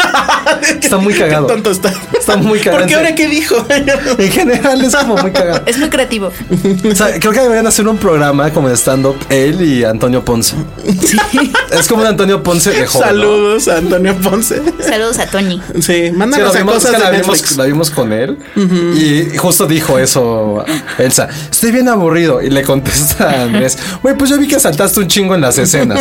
[SPEAKER 2] está muy cagado.
[SPEAKER 4] Qué tonto está.
[SPEAKER 2] Está muy cagado.
[SPEAKER 4] ¿Por qué ahora qué dijo?
[SPEAKER 2] En general es como muy cagado.
[SPEAKER 3] Es muy creativo.
[SPEAKER 2] O sea, creo que deberían hacer un programa como de stand-up él y Antonio Ponce. Es como un Antonio Ponce de joven. ¿no?
[SPEAKER 4] Saludos a Antonio Ponce.
[SPEAKER 3] Saludos a Tony.
[SPEAKER 4] Sí,
[SPEAKER 2] Es que
[SPEAKER 4] mándanos
[SPEAKER 2] la
[SPEAKER 4] a
[SPEAKER 2] vimos, es
[SPEAKER 4] cosas
[SPEAKER 2] que la
[SPEAKER 4] de
[SPEAKER 2] vimos-
[SPEAKER 4] Netflix.
[SPEAKER 2] la vimos con él y justo dijo eso Elsa. Estoy bien aburrido. Y le contesta a Andrés, güey, pues yo vi que saltaste un chingo en las escenas.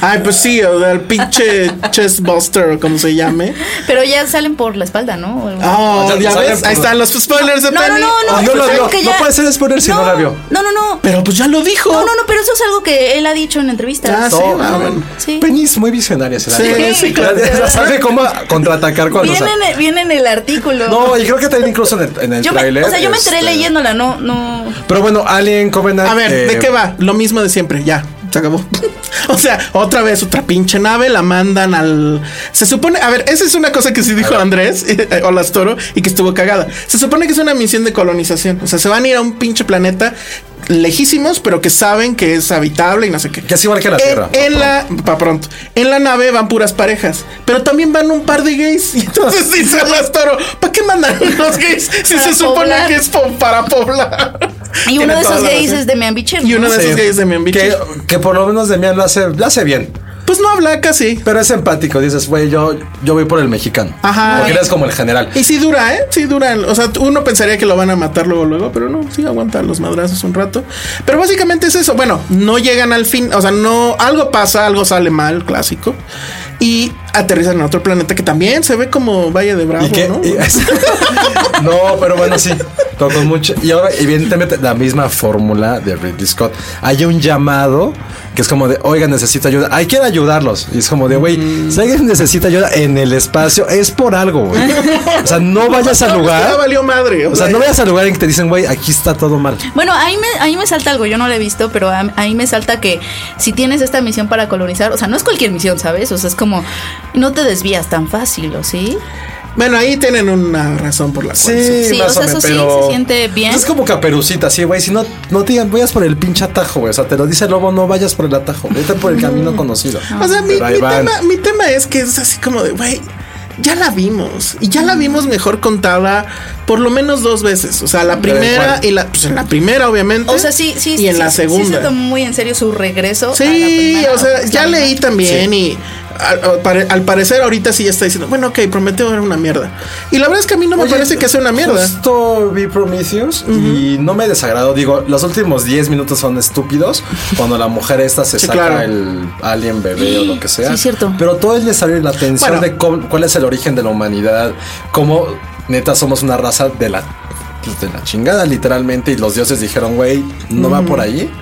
[SPEAKER 4] Ay, pues sí, o del pinche chestbuster o como se llame.
[SPEAKER 3] Pero ya salen por la espalda, ¿no? O algo.
[SPEAKER 4] Oh,
[SPEAKER 2] Ah, Ya
[SPEAKER 4] ya
[SPEAKER 2] sale
[SPEAKER 4] ves,
[SPEAKER 2] por-
[SPEAKER 4] ahí están los spoilers de
[SPEAKER 3] No, no,
[SPEAKER 4] Penny.
[SPEAKER 3] no, no.
[SPEAKER 2] Ah, no
[SPEAKER 3] eso
[SPEAKER 2] la
[SPEAKER 3] es
[SPEAKER 4] Pues
[SPEAKER 3] algo
[SPEAKER 2] vio.
[SPEAKER 3] que
[SPEAKER 2] No
[SPEAKER 3] ya-
[SPEAKER 2] puede ser spoiler si no la vio.
[SPEAKER 3] No, no, no.
[SPEAKER 4] Pero pues ya lo dijo.
[SPEAKER 3] No, no, no, pero eso es algo que él ha dicho en entrevistas.
[SPEAKER 4] Ah, sí,
[SPEAKER 2] No,
[SPEAKER 4] va,
[SPEAKER 2] mames.
[SPEAKER 4] bueno.
[SPEAKER 3] Sí.
[SPEAKER 2] Penny es muy visionaria. se la
[SPEAKER 4] Sí,
[SPEAKER 2] digo.
[SPEAKER 4] sí, claro.
[SPEAKER 2] Ya Sabe cómo contraatacar cuando
[SPEAKER 3] Viene, en, viene en el artículo.
[SPEAKER 2] No, y creo que también incluso en el, en el
[SPEAKER 3] yo me,
[SPEAKER 2] tráiler,
[SPEAKER 3] o sea, yo me enteré
[SPEAKER 2] este,
[SPEAKER 3] leyéndola, no, no.
[SPEAKER 2] Pero bueno, Alien Covenant.
[SPEAKER 4] A ver, ¿de
[SPEAKER 2] eh,
[SPEAKER 4] qué va? Lo mismo de siempre, ya, se acabó. o sea, otra vez otra pinche nave, la mandan al... Se supone, a ver, esa es una cosa que sí dijo Andrés, eh, Olas Toro, y que estuvo cagada. Se supone que es una misión de colonización, o sea, se van a ir a un pinche planeta lejísimos, pero que saben que es habitable y no sé qué.
[SPEAKER 2] Que es igual que la
[SPEAKER 4] En-
[SPEAKER 2] Tierra, pa'
[SPEAKER 4] En la... Pa' pronto. En la nave van puras parejas, pero también van un par de gays. Y entonces dice Olas Toro, ¿para qué mandan los gays si
[SPEAKER 3] Para
[SPEAKER 4] se supone
[SPEAKER 3] poblar.
[SPEAKER 4] que es po- para poblar?
[SPEAKER 3] Y uno
[SPEAKER 4] Tiene
[SPEAKER 3] de
[SPEAKER 4] toda
[SPEAKER 3] esos
[SPEAKER 4] la
[SPEAKER 3] gays
[SPEAKER 4] razón.
[SPEAKER 3] es de Mian Bichir.
[SPEAKER 4] Y uno
[SPEAKER 3] ¿no?
[SPEAKER 4] de esos
[SPEAKER 2] sí,
[SPEAKER 4] gays de mi
[SPEAKER 2] que, que por lo menos Demian lo hace, lo hace bien.
[SPEAKER 4] Pues no habla casi.
[SPEAKER 2] Pero es empático, dices, güey, yo, yo voy por el mexicano.
[SPEAKER 4] Ajá.
[SPEAKER 2] Porque eres como el general.
[SPEAKER 4] Y sí dura, ¿eh? Sí dura. O sea, uno pensaría que lo van a matar luego, luego, pero no, sí aguanta los madrazos un rato. Pero básicamente es eso. Bueno, no llegan al fin. O sea, no, algo pasa, algo sale mal, clásico. Y aterrizan en otro planeta que también se ve como Valle de Bravo,
[SPEAKER 2] ¿Y qué?
[SPEAKER 4] ¿no?
[SPEAKER 2] Y- no, pero bueno, sí. Pero con mucho. Y ahora, evidentemente, la misma fórmula de Ridley Scott. Hay un llamado que es como de, oiga, necesito ayuda. Hay que ayudarlos. Y es como de, güey,
[SPEAKER 4] Mm.
[SPEAKER 2] si alguien necesita ayuda en el espacio, es por algo, güey. O sea, no vayas al
[SPEAKER 4] pues, Ya
[SPEAKER 2] lugar.
[SPEAKER 4] valió madre. eh,
[SPEAKER 2] O sea, no vayas al lugar en que te dicen, güey, aquí está todo mal.
[SPEAKER 3] Bueno, ahí me, ahí me salta algo, yo no lo he visto, pero a- ahí me salta que si tienes esta misión para colonizar, o sea, no es cualquier misión, ¿sabes? O sea, es como, no te desvías tan fácil, ¿o sí?
[SPEAKER 4] Bueno, ahí tienen una razón por la cual.
[SPEAKER 2] Sí,
[SPEAKER 3] Sí,
[SPEAKER 2] más
[SPEAKER 3] o sea,
[SPEAKER 2] menos,
[SPEAKER 3] eso sí,
[SPEAKER 2] pero-
[SPEAKER 3] se siente bien.
[SPEAKER 2] Pues Es como caperucita, sí, güey. Si no, no te digan, vayas por el pinche atajo, güey. O sea, te lo dice el lobo, no vayas por el atajo. Vete por el camino conocido.
[SPEAKER 4] O sea, mi,
[SPEAKER 2] Pero ahí
[SPEAKER 4] mi
[SPEAKER 2] van.
[SPEAKER 4] tema, mi tema es que es así como de, güey, ya la vimos. Y ya la vimos mejor contada por lo menos dos veces. O sea, la primera
[SPEAKER 2] cuál?
[SPEAKER 4] y la. Pues en la primera, obviamente.
[SPEAKER 3] O sea, sí, sí.
[SPEAKER 4] Y
[SPEAKER 3] sí,
[SPEAKER 4] en
[SPEAKER 3] sí,
[SPEAKER 4] la
[SPEAKER 3] sí,
[SPEAKER 4] segunda.
[SPEAKER 3] Sí, se tomó muy en serio su regreso. a la
[SPEAKER 4] Sí,
[SPEAKER 3] primera.
[SPEAKER 4] o sea, ya leí también y al, al pare- al parecer ahorita sí ya está diciendo, bueno, ok, Prometeo era una mierda. Y la verdad es que a mí no me
[SPEAKER 2] Oye, pues,
[SPEAKER 4] parece que sea una mierda.
[SPEAKER 2] Justo vi Prometheus y no me desagradó. Digo, los últimos 10 minutos son estúpidos cuando la mujer esta se
[SPEAKER 4] Sí,
[SPEAKER 2] saca
[SPEAKER 4] claro.
[SPEAKER 2] el alien bebé o lo que sea.
[SPEAKER 3] Sí, es cierto.
[SPEAKER 2] Pero todo es necesario la atención
[SPEAKER 4] Bueno.
[SPEAKER 2] de cómo- cuál es el origen de la humanidad, cómo neta somos una raza de la, de la chingada, literalmente. Y los dioses dijeron, güey, no va por ahí.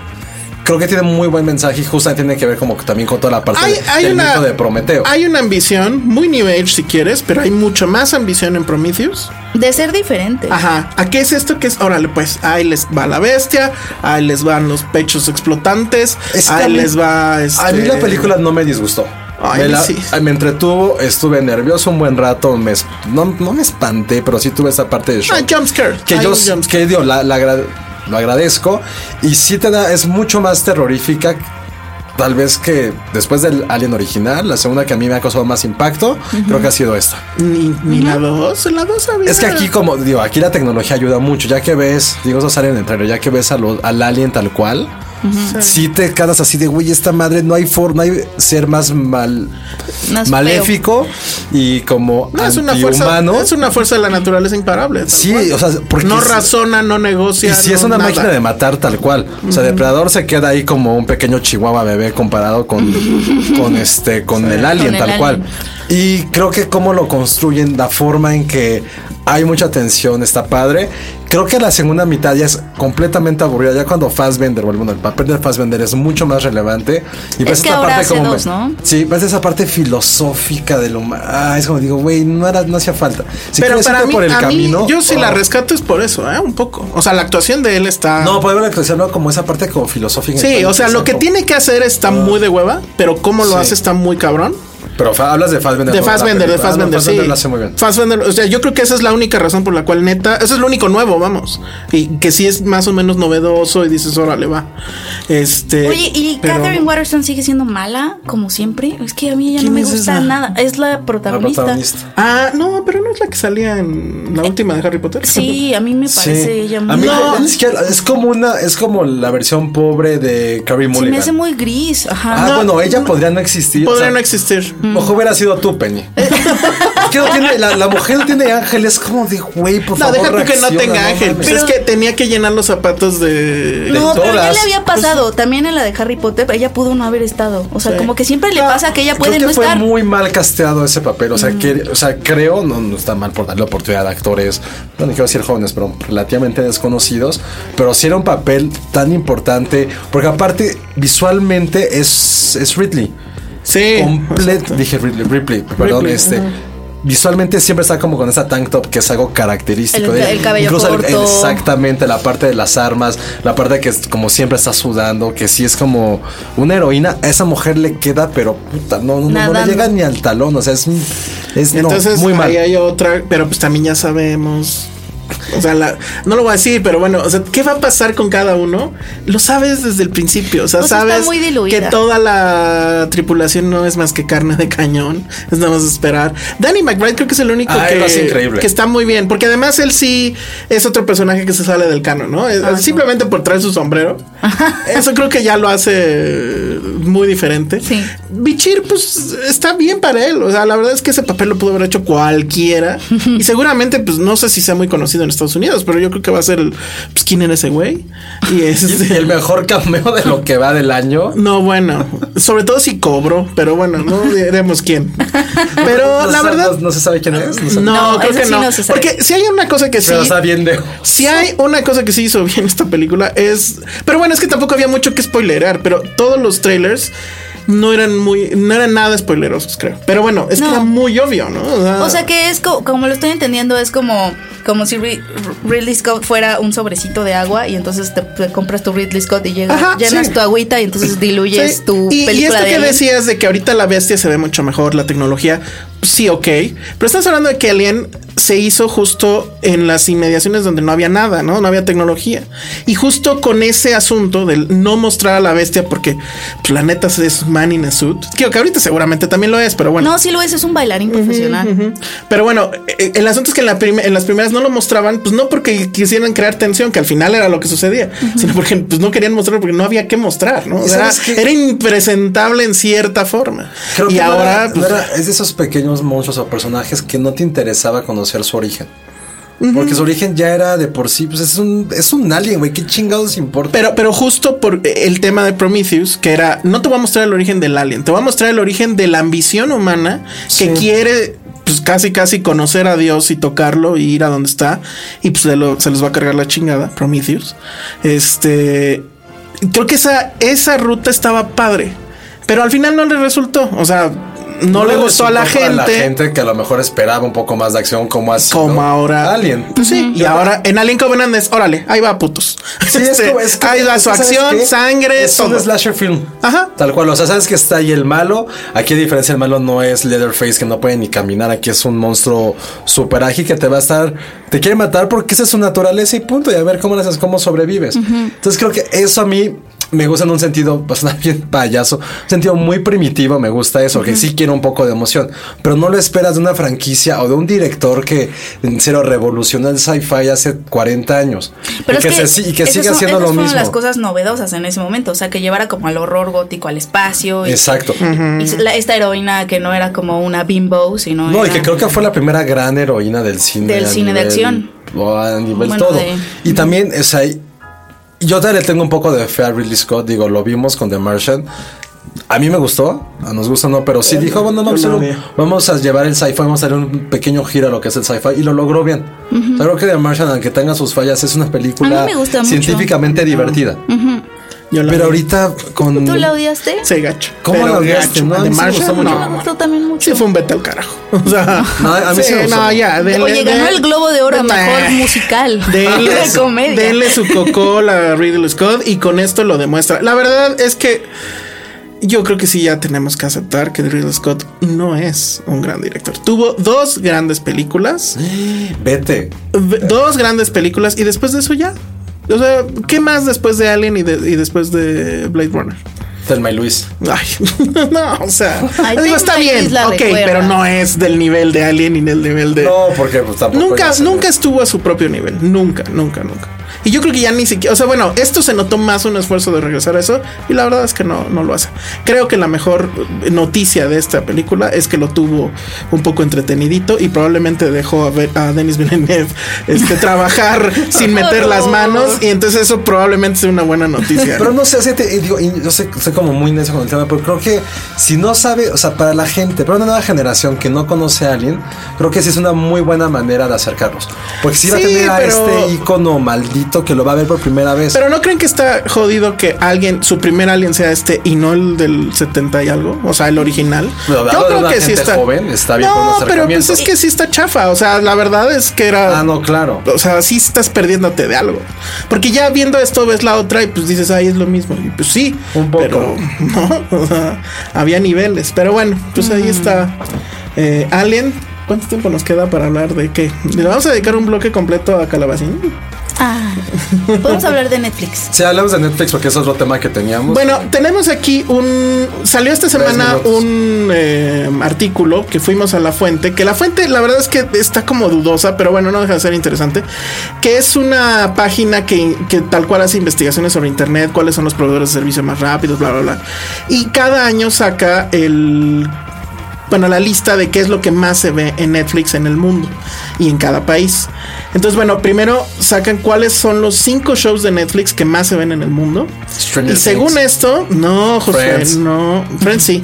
[SPEAKER 2] Creo que tiene muy buen mensaje y justamente tiene que ver como que también con toda la parte
[SPEAKER 4] Hay,
[SPEAKER 2] de-
[SPEAKER 4] hay
[SPEAKER 2] del
[SPEAKER 4] una,
[SPEAKER 2] mito de Prometeo.
[SPEAKER 4] hay una ambición, muy New Age si quieres, pero hay mucha más ambición en Prometheus.
[SPEAKER 3] De ser diferente.
[SPEAKER 4] Ajá. Eh, ¿A qué es esto? que es? Órale, pues ahí les va la bestia, ahí les van los pechos explotantes,
[SPEAKER 2] Es que
[SPEAKER 4] ahí
[SPEAKER 2] a mí-
[SPEAKER 4] les va.
[SPEAKER 2] A mí
[SPEAKER 4] este,
[SPEAKER 2] la película no me disgustó.
[SPEAKER 4] Ay,
[SPEAKER 2] me, la-
[SPEAKER 4] sí.
[SPEAKER 2] me entretuvo, estuve nervioso un buen rato, me es- no, no me espanté, pero sí tuve esa parte de shock.
[SPEAKER 4] Ah, jump scare.
[SPEAKER 2] Que
[SPEAKER 4] Hay
[SPEAKER 2] yo
[SPEAKER 4] un jump scare.
[SPEAKER 2] que digo, la, la agra- lo agradezco y sí te da, es mucho más terrorífica. Tal vez que después del Alien original, la segunda que a mí me ha causado más impacto, creo que ha sido esta.
[SPEAKER 4] Ni, ni la dos, la dos había.
[SPEAKER 2] Es que aquí, como digo, aquí la tecnología ayuda mucho. Ya que ves, digo, eso sale en el trailer, ya que ves a lo- al alien tal cual, si te quedas así de, güey, esta madre no hay forma, no hay ser más mal,
[SPEAKER 3] Más
[SPEAKER 2] maléfico y como
[SPEAKER 4] No, es una fuerza.
[SPEAKER 2] antihumano.
[SPEAKER 4] Es una fuerza de la naturaleza imparable. tal
[SPEAKER 2] Sí,
[SPEAKER 4] cual.
[SPEAKER 2] o sea, porque
[SPEAKER 4] no
[SPEAKER 2] es-
[SPEAKER 4] razona, no negocia.
[SPEAKER 2] Y si es
[SPEAKER 4] no
[SPEAKER 2] una
[SPEAKER 4] nada.
[SPEAKER 2] máquina de matar tal cual. O sea, Depredador se queda ahí como un pequeño chihuahua bebé comparado con, con este, con el alien
[SPEAKER 3] Con el
[SPEAKER 2] tal
[SPEAKER 3] alien.
[SPEAKER 2] cual. Y creo que cómo lo construyen, la forma en que hay mucha tensión, está padre. Creo que la segunda mitad ya es completamente aburrida. Ya cuando Fassbender, o bueno, el papel de Fassbender es mucho más relevante. Y
[SPEAKER 3] Es que ahora hace dos, ¿no?
[SPEAKER 2] Sí, ves esa parte filosófica del humano. Ah, es como digo, güey, no, era- no hacía falta. Si
[SPEAKER 4] Pero
[SPEAKER 2] quieres
[SPEAKER 4] para
[SPEAKER 2] irte
[SPEAKER 4] mí,
[SPEAKER 2] por el
[SPEAKER 4] a mí,
[SPEAKER 2] camino.
[SPEAKER 4] yo sí la
[SPEAKER 2] oh.
[SPEAKER 4] rescato es por eso, ¿eh? Un poco. O sea, la actuación de él está.
[SPEAKER 2] No, podemos expresarlo como esa parte como filosófica.
[SPEAKER 4] Ah. Sí, o sea, lo que
[SPEAKER 2] Como-
[SPEAKER 4] tiene que hacer está muy de hueva, pero cómo lo
[SPEAKER 2] Sí.
[SPEAKER 4] hace está muy cabrón.
[SPEAKER 2] Pero fa- hablas de Fassbender.
[SPEAKER 4] De
[SPEAKER 2] ¿no? la
[SPEAKER 4] Fassbender, de
[SPEAKER 2] película. Ah, no,
[SPEAKER 4] Fassbender, sí.
[SPEAKER 2] lo hace muy bien.
[SPEAKER 4] Fassbender, o sea, yo creo que esa es la única razón por la cual neta, eso es lo único nuevo, vamos. Y que sí es más o menos novedoso y dices, órale, va.
[SPEAKER 2] eh,
[SPEAKER 4] Este.
[SPEAKER 3] Oye, ¿y
[SPEAKER 4] pero-
[SPEAKER 3] Catherine Waterston sigue siendo mala, como siempre? Es que a mí ella no
[SPEAKER 4] ¿Quién
[SPEAKER 3] me
[SPEAKER 4] es
[SPEAKER 3] gusta
[SPEAKER 4] esa?
[SPEAKER 3] nada. Es la
[SPEAKER 2] La
[SPEAKER 3] protagonista.
[SPEAKER 2] protagonista.
[SPEAKER 4] Ah, no, pero no es la que salía en la última de Harry Potter.
[SPEAKER 3] Eh, Sí, a mí me parece ella muy...
[SPEAKER 2] a mí
[SPEAKER 3] No,
[SPEAKER 2] ni siquiera- es como una, es como la versión pobre de Carrie
[SPEAKER 3] se me
[SPEAKER 2] Mulligan.
[SPEAKER 3] hace muy gris. Ajá.
[SPEAKER 2] Ah, bueno, ella podría no existir.
[SPEAKER 4] Podría
[SPEAKER 2] o sea,
[SPEAKER 4] no existir.
[SPEAKER 3] Mm.
[SPEAKER 2] Ojo hubiera sido tú, Penny. Es que no tiene, la, la mujer no tiene ángeles como de güey, por
[SPEAKER 4] No,
[SPEAKER 2] favor.
[SPEAKER 4] deja tú que no
[SPEAKER 2] reacciona,
[SPEAKER 4] tenga ángel.
[SPEAKER 2] mames.
[SPEAKER 4] Pues es que tenía que llenar los zapatos de.
[SPEAKER 3] No, pero ya
[SPEAKER 2] todas.
[SPEAKER 3] le había pasado. También en la de Harry Potter, ella pudo no haber estado. O sea, como que siempre
[SPEAKER 4] Ah,
[SPEAKER 3] le pasa que ella
[SPEAKER 2] Creo
[SPEAKER 3] puede
[SPEAKER 2] que
[SPEAKER 3] no
[SPEAKER 2] fue
[SPEAKER 3] estar. Mm.
[SPEAKER 2] muy mal casteado ese papel. O sea, que, o sea creo, no, no está mal por darle oportunidad a actores, no, no quiero decir jóvenes, pero relativamente desconocidos. Pero sí era un papel tan importante, porque aparte, visualmente es, es Ridley.
[SPEAKER 4] Sí.
[SPEAKER 2] Completo. Dije Ridley, Ripley, perdón,
[SPEAKER 4] Eh, Ripley,
[SPEAKER 2] este. Visualmente siempre está como con esa tank top que es algo característico.
[SPEAKER 3] El-
[SPEAKER 2] de ella.
[SPEAKER 3] el cabello corto.
[SPEAKER 2] Exactamente, la parte de las armas, la parte que es como siempre está sudando, que sí es como una heroína. A esa mujer le queda, pero puta, no, no, no, no le
[SPEAKER 3] Nadando.
[SPEAKER 2] llega ni al talón. O sea, es, es no,
[SPEAKER 4] Entonces,
[SPEAKER 2] muy mal.
[SPEAKER 4] ahí hay otra, pero pues también ya sabemos. O sea, la- no lo voy a decir, pero bueno, o sea, ¿qué va a pasar con cada uno? Lo sabes desde el principio. O sea,
[SPEAKER 3] O sea, está
[SPEAKER 4] sabes
[SPEAKER 3] muy
[SPEAKER 4] que
[SPEAKER 3] diluida.
[SPEAKER 4] toda la tripulación no es más que carne de cañón. Es nada más esperar. Danny McBride creo que es el único
[SPEAKER 2] Ah, él lo hace
[SPEAKER 4] que,
[SPEAKER 2] increíble.
[SPEAKER 4] que está muy bien, porque además él sí es otro personaje que se sale del canon, ¿no?
[SPEAKER 3] Ah,
[SPEAKER 4] Es- simplemente por traer su sombrero. Eso creo que ya lo hace muy diferente.
[SPEAKER 3] Sí.
[SPEAKER 4] Bichir, pues está bien para él. O sea, la verdad es que ese papel lo pudo haber hecho cualquiera. Y seguramente, pues no sé si sea muy conocido en Estados Unidos, pero yo creo que va a ser el. Pues quién era ese güey. Y
[SPEAKER 2] Y el
[SPEAKER 4] este.
[SPEAKER 2] mejor cameo de lo que va del año.
[SPEAKER 4] No, bueno, sobre todo si cobro, pero bueno, no diremos quién. Pero
[SPEAKER 2] No
[SPEAKER 4] la
[SPEAKER 2] se-
[SPEAKER 4] verdad,
[SPEAKER 2] no, no se sabe quién es. No, se-
[SPEAKER 4] no,
[SPEAKER 3] No,
[SPEAKER 4] creo
[SPEAKER 3] eso
[SPEAKER 4] que
[SPEAKER 3] sí
[SPEAKER 4] no.
[SPEAKER 3] no se sabe.
[SPEAKER 4] Porque si hay una cosa que sí.
[SPEAKER 2] pero está bien de.
[SPEAKER 4] Si hay una cosa que sí hizo bien esta película es. Pero bueno, es que tampoco había mucho que spoilerar, pero todos los trailers no eran muy. No eran nada spoilerosos, creo. Pero bueno, es que
[SPEAKER 3] No.
[SPEAKER 4] era muy obvio, ¿no? O sea,
[SPEAKER 3] O
[SPEAKER 2] Ah.
[SPEAKER 3] sea que es co- como lo estoy entendiendo, es como, como si Ri- Ridley Scott fuera un sobrecito de agua y entonces te, te compras tu Ridley Scott y llega-
[SPEAKER 4] Ajá,
[SPEAKER 3] llenas
[SPEAKER 4] sí.
[SPEAKER 3] tu agüita y entonces
[SPEAKER 4] sí.
[SPEAKER 3] diluyes tu
[SPEAKER 4] y, y
[SPEAKER 3] película
[SPEAKER 4] esto
[SPEAKER 3] de
[SPEAKER 4] que
[SPEAKER 3] Alien.
[SPEAKER 4] decías de que ahorita la bestia se ve mucho mejor, la tecnología, sí, ok. Pero estás hablando de que Alien se hizo justo en las inmediaciones donde no había nada, ¿no? No había tecnología. Y justo con ese asunto del no mostrar a la bestia, porque pues, la neta es man in a suit. Creo que ahorita seguramente también lo es, pero bueno.
[SPEAKER 3] No, sí lo es, es un bailarín profesional.
[SPEAKER 4] Pero bueno, eh, el asunto es que en, la prim- en las primeras no lo mostraban, pues no porque quisieran crear tensión, que al final era lo que sucedía, sino porque pues, no querían mostrarlo porque no había que mostrar, ¿no? O sea,
[SPEAKER 2] ¿Sabes qué?
[SPEAKER 4] era impresentable en cierta forma.
[SPEAKER 2] Creo
[SPEAKER 4] y
[SPEAKER 2] que no
[SPEAKER 4] ahora,
[SPEAKER 2] era- no
[SPEAKER 4] pues,
[SPEAKER 2] era- es de esos pequeños monstruos o personajes que no te interesaba conocer su origen. Porque su origen ya era de por sí, pues es un, es un alien, güey. ¿Qué chingados importa?
[SPEAKER 4] pero, pero justo por el tema de Prometheus, que era, no te voy a mostrar el origen del alien, te voy a mostrar el origen de la ambición humana que quiere, pues casi, casi conocer a Dios y tocarlo y ir a donde está. Y pues se, lo- se les va a cargar la chingada, Prometheus. Este, creo que esa, esa ruta estaba padre, pero al final no le resultó. O sea, no, le gustó a la
[SPEAKER 2] resultó para
[SPEAKER 4] gente.
[SPEAKER 2] la gente que a lo mejor esperaba un poco más de acción, como así.
[SPEAKER 4] Como ahora.
[SPEAKER 2] Alien.
[SPEAKER 4] Pues sí. Y ahora en Alien Covenant es, órale, ahí va putos.
[SPEAKER 2] Sí, es
[SPEAKER 4] Este,
[SPEAKER 2] como- es como-
[SPEAKER 4] ahí va su
[SPEAKER 2] ¿sabes
[SPEAKER 4] acción,
[SPEAKER 2] qué?
[SPEAKER 4] sangre,
[SPEAKER 2] Es
[SPEAKER 4] todo.
[SPEAKER 2] un slasher film.
[SPEAKER 4] Ajá.
[SPEAKER 2] Tal cual. O sea, sabes que está ahí el malo. Aquí, a diferencia, el malo no es Leatherface, que no puede ni caminar. Aquí es un monstruo super ágil que te va a estar. Te quiere matar porque esa es su naturaleza y punto. Y a ver cómo lo haces, cómo sobrevives. Entonces, creo que eso a mí. Me gusta en un sentido bastante bien payaso, un sentido muy primitivo, me gusta eso, que sí quiero un poco de emoción, pero no lo esperas de una franquicia o de un director que en serio revolucionó el sci-fi hace 40 años. y,
[SPEAKER 3] Pero es
[SPEAKER 2] que se
[SPEAKER 3] que,
[SPEAKER 2] si- y que
[SPEAKER 3] esas
[SPEAKER 2] siga
[SPEAKER 3] son-
[SPEAKER 2] haciendo
[SPEAKER 3] esas
[SPEAKER 2] lo
[SPEAKER 3] fueron
[SPEAKER 2] mismo.
[SPEAKER 3] las cosas novedosas en ese momento, o sea, que llevara como al horror gótico al espacio. y-
[SPEAKER 2] Exacto.
[SPEAKER 3] y la- esta heroína que no era como una bimbo, sino.
[SPEAKER 2] No, y
[SPEAKER 3] era-
[SPEAKER 2] que creo que fue la primera gran heroína del cine.
[SPEAKER 3] Del
[SPEAKER 2] a
[SPEAKER 3] cine de acción.
[SPEAKER 2] o A nivel
[SPEAKER 3] Bueno,
[SPEAKER 2] todo.
[SPEAKER 3] de-
[SPEAKER 2] Y también, o sea, yo todavía le tengo un poco de fe a Ridley Scott. Digo, lo vimos con The Martian. A mí me gustó, a nos gusta no, pero sí dijo, bueno, vamos, a, hacer un- vamos a llevar el sci-fi, vamos a hacer un pequeño giro a lo que es el sci-fi y lo logró bien. O sea, creo que The Martian, aunque tenga sus fallas, es una película
[SPEAKER 3] A mí me gusta mucho. Ah.
[SPEAKER 2] científicamente divertida.
[SPEAKER 4] Yo la-
[SPEAKER 2] Pero ahorita con...
[SPEAKER 3] ¿Tú la odiaste?
[SPEAKER 4] Sí, gacho.
[SPEAKER 2] ¿Cómo
[SPEAKER 4] Pero
[SPEAKER 2] la odiaste?
[SPEAKER 4] gacho.
[SPEAKER 2] No, a
[SPEAKER 4] de
[SPEAKER 2] mí sí me
[SPEAKER 4] Marshall,
[SPEAKER 2] gustó mucho.
[SPEAKER 3] Me
[SPEAKER 4] no.
[SPEAKER 3] gustó también mucho.
[SPEAKER 4] Sí, fue un vete al carajo. O sea,
[SPEAKER 2] No, a mí sí me gustó.
[SPEAKER 4] no, ya. denle-
[SPEAKER 3] Oye, ganó
[SPEAKER 4] denle-
[SPEAKER 3] el Globo de Oro a
[SPEAKER 4] Nah.
[SPEAKER 3] mejor musical.
[SPEAKER 4] Denle,
[SPEAKER 3] De comedia.
[SPEAKER 4] denle su cocola a Ridley Scott y con esto lo demuestra. La verdad es que yo creo que sí ya tenemos que aceptar que Ridley Scott no es un gran director. Tuvo dos grandes películas.
[SPEAKER 2] Vete.
[SPEAKER 4] v- Dos grandes películas y después de eso ya. O sea, ¿qué más después de Alien y, de- y después de Blade Runner?
[SPEAKER 2] Telma y Luis.
[SPEAKER 4] Ay, no, o sea,
[SPEAKER 3] Ay,
[SPEAKER 4] digo,
[SPEAKER 3] Tim
[SPEAKER 4] está
[SPEAKER 3] Burton
[SPEAKER 4] bien,
[SPEAKER 3] es la
[SPEAKER 4] ok,
[SPEAKER 3] recuerda.
[SPEAKER 4] pero no es del nivel de Alien ni del nivel de.
[SPEAKER 2] No, porque pues, tampoco...
[SPEAKER 4] Este, nunca,
[SPEAKER 2] ya se-
[SPEAKER 4] nunca estuvo a su propio nivel, nunca, nunca, nunca. Y yo creo que ya ni siquiera, o sea, bueno, esto se notó más un esfuerzo de regresar a eso y la verdad es que no, no lo hace. Creo que la mejor noticia de esta película es que lo tuvo un poco entretenidito y probablemente dejó a, ver, a Denis Villeneuve este, trabajar sin meter las manos y entonces eso probablemente sea una buena noticia.
[SPEAKER 2] Pero no sé, así te- eh, digo, y yo sé, soy como muy necio con el tema, pero creo que si no sabe, o sea, para la gente, para una nueva generación que no conoce a alguien, creo que sí es una muy buena manera de acercarlos. Porque si va
[SPEAKER 4] Sí,
[SPEAKER 2] a tener a
[SPEAKER 4] pero-
[SPEAKER 2] este icono maldito que lo va a ver por primera vez.
[SPEAKER 4] Pero no creen que está jodido que alguien, su primer alien sea este y no el del 70 y algo, o sea, el original.
[SPEAKER 2] Pero hablando
[SPEAKER 4] Yo
[SPEAKER 2] de
[SPEAKER 4] creo
[SPEAKER 2] una
[SPEAKER 4] que sí
[SPEAKER 2] gente
[SPEAKER 4] está.
[SPEAKER 2] joven, está bien por un
[SPEAKER 4] no, pero pues
[SPEAKER 2] acercamiento.
[SPEAKER 4] es que sí está chafa. O sea, la verdad es que era.
[SPEAKER 2] ah, no, claro.
[SPEAKER 4] O sea, sí estás perdiéndote de algo. Porque ya viendo esto ves la otra y pues dices, ahí es lo mismo. Y pues sí.
[SPEAKER 2] Un poco.
[SPEAKER 4] Pero no, o sea, había niveles. Pero bueno, pues ahí está eh, Alien. ¿Cuánto tiempo nos queda para hablar de qué? ¿Le vamos a dedicar un bloque completo a Calabacín?
[SPEAKER 3] Ah, Podemos hablar de Netflix.
[SPEAKER 2] Si hablamos de Netflix, porque eso es otro tema que teníamos.
[SPEAKER 4] Bueno, tenemos aquí un. Salió esta semana
[SPEAKER 2] minutos.
[SPEAKER 4] un eh, artículo que fuimos a la fuente. Que la fuente, la verdad es que está como dudosa, pero bueno, no deja de ser interesante. Que es una página que, que tal cual hace investigaciones sobre Internet, cuáles son los proveedores de servicio más rápidos, bla, bla, bla. Y cada año saca el bueno, la lista de qué es lo que más se ve en Netflix en el mundo y en cada país. Entonces, bueno, primero sacan cuáles son los cinco shows de Netflix que más se ven en el mundo.
[SPEAKER 2] Stranger
[SPEAKER 4] y según
[SPEAKER 2] Things.
[SPEAKER 4] esto, no, José,
[SPEAKER 2] Friends.
[SPEAKER 4] no. Friends sí.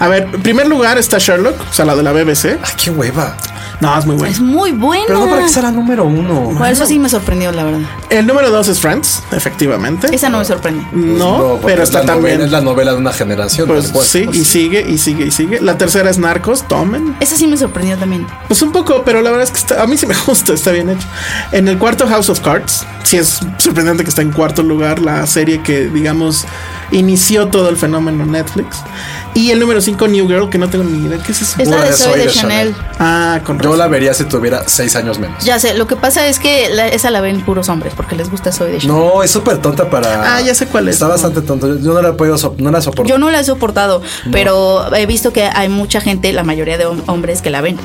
[SPEAKER 4] A ver, en primer lugar está Sherlock, o sea, la de la BBC.
[SPEAKER 2] Ah, qué hueva.
[SPEAKER 4] No, es muy
[SPEAKER 3] Es
[SPEAKER 4] bueno.
[SPEAKER 3] muy buena.
[SPEAKER 2] Pero no para que sea la número uno.
[SPEAKER 3] Por eso sí me sorprendió, la verdad.
[SPEAKER 4] El número dos es Friends, efectivamente.
[SPEAKER 3] Esa no me sorprende.
[SPEAKER 4] no,
[SPEAKER 2] porque
[SPEAKER 4] pero
[SPEAKER 2] es la
[SPEAKER 4] está también.
[SPEAKER 2] novela- es la novela de una generación.
[SPEAKER 4] pues,
[SPEAKER 2] tal cual.
[SPEAKER 4] sí, y sigue, y sigue, y sigue. La tercera es Narcos, tomen.
[SPEAKER 3] Esa sí me sorprendió también.
[SPEAKER 4] Pues un poco, pero la verdad es que está- a mí sí me gusta, está bien hecho. En el cuarto House of Cards, sí es sorprendente que está en cuarto lugar la serie que, digamos, inició todo el fenómeno Netflix. Y el número 5, New Girl, que no tengo ni idea qué es eso.
[SPEAKER 3] Es la
[SPEAKER 2] Pura
[SPEAKER 3] de
[SPEAKER 2] de
[SPEAKER 3] Zoe
[SPEAKER 2] Zoe
[SPEAKER 3] de
[SPEAKER 2] de
[SPEAKER 3] Chanel.
[SPEAKER 2] Chanel.
[SPEAKER 4] Ah, con
[SPEAKER 2] Yo
[SPEAKER 4] razón.
[SPEAKER 2] la vería si tuviera seis años menos.
[SPEAKER 3] Ya sé, lo que pasa es que la- esa la ven puros hombres porque les gusta Zoe de Chanel.
[SPEAKER 2] No, es súper tonta para.
[SPEAKER 4] Ah, ya sé cuál es.
[SPEAKER 2] Está bastante tonta. Yo no la he podido sop- no la soporto.
[SPEAKER 3] Yo no la he soportado, pero he visto que hay mucha gente, la mayoría de hom- hombres que la ven.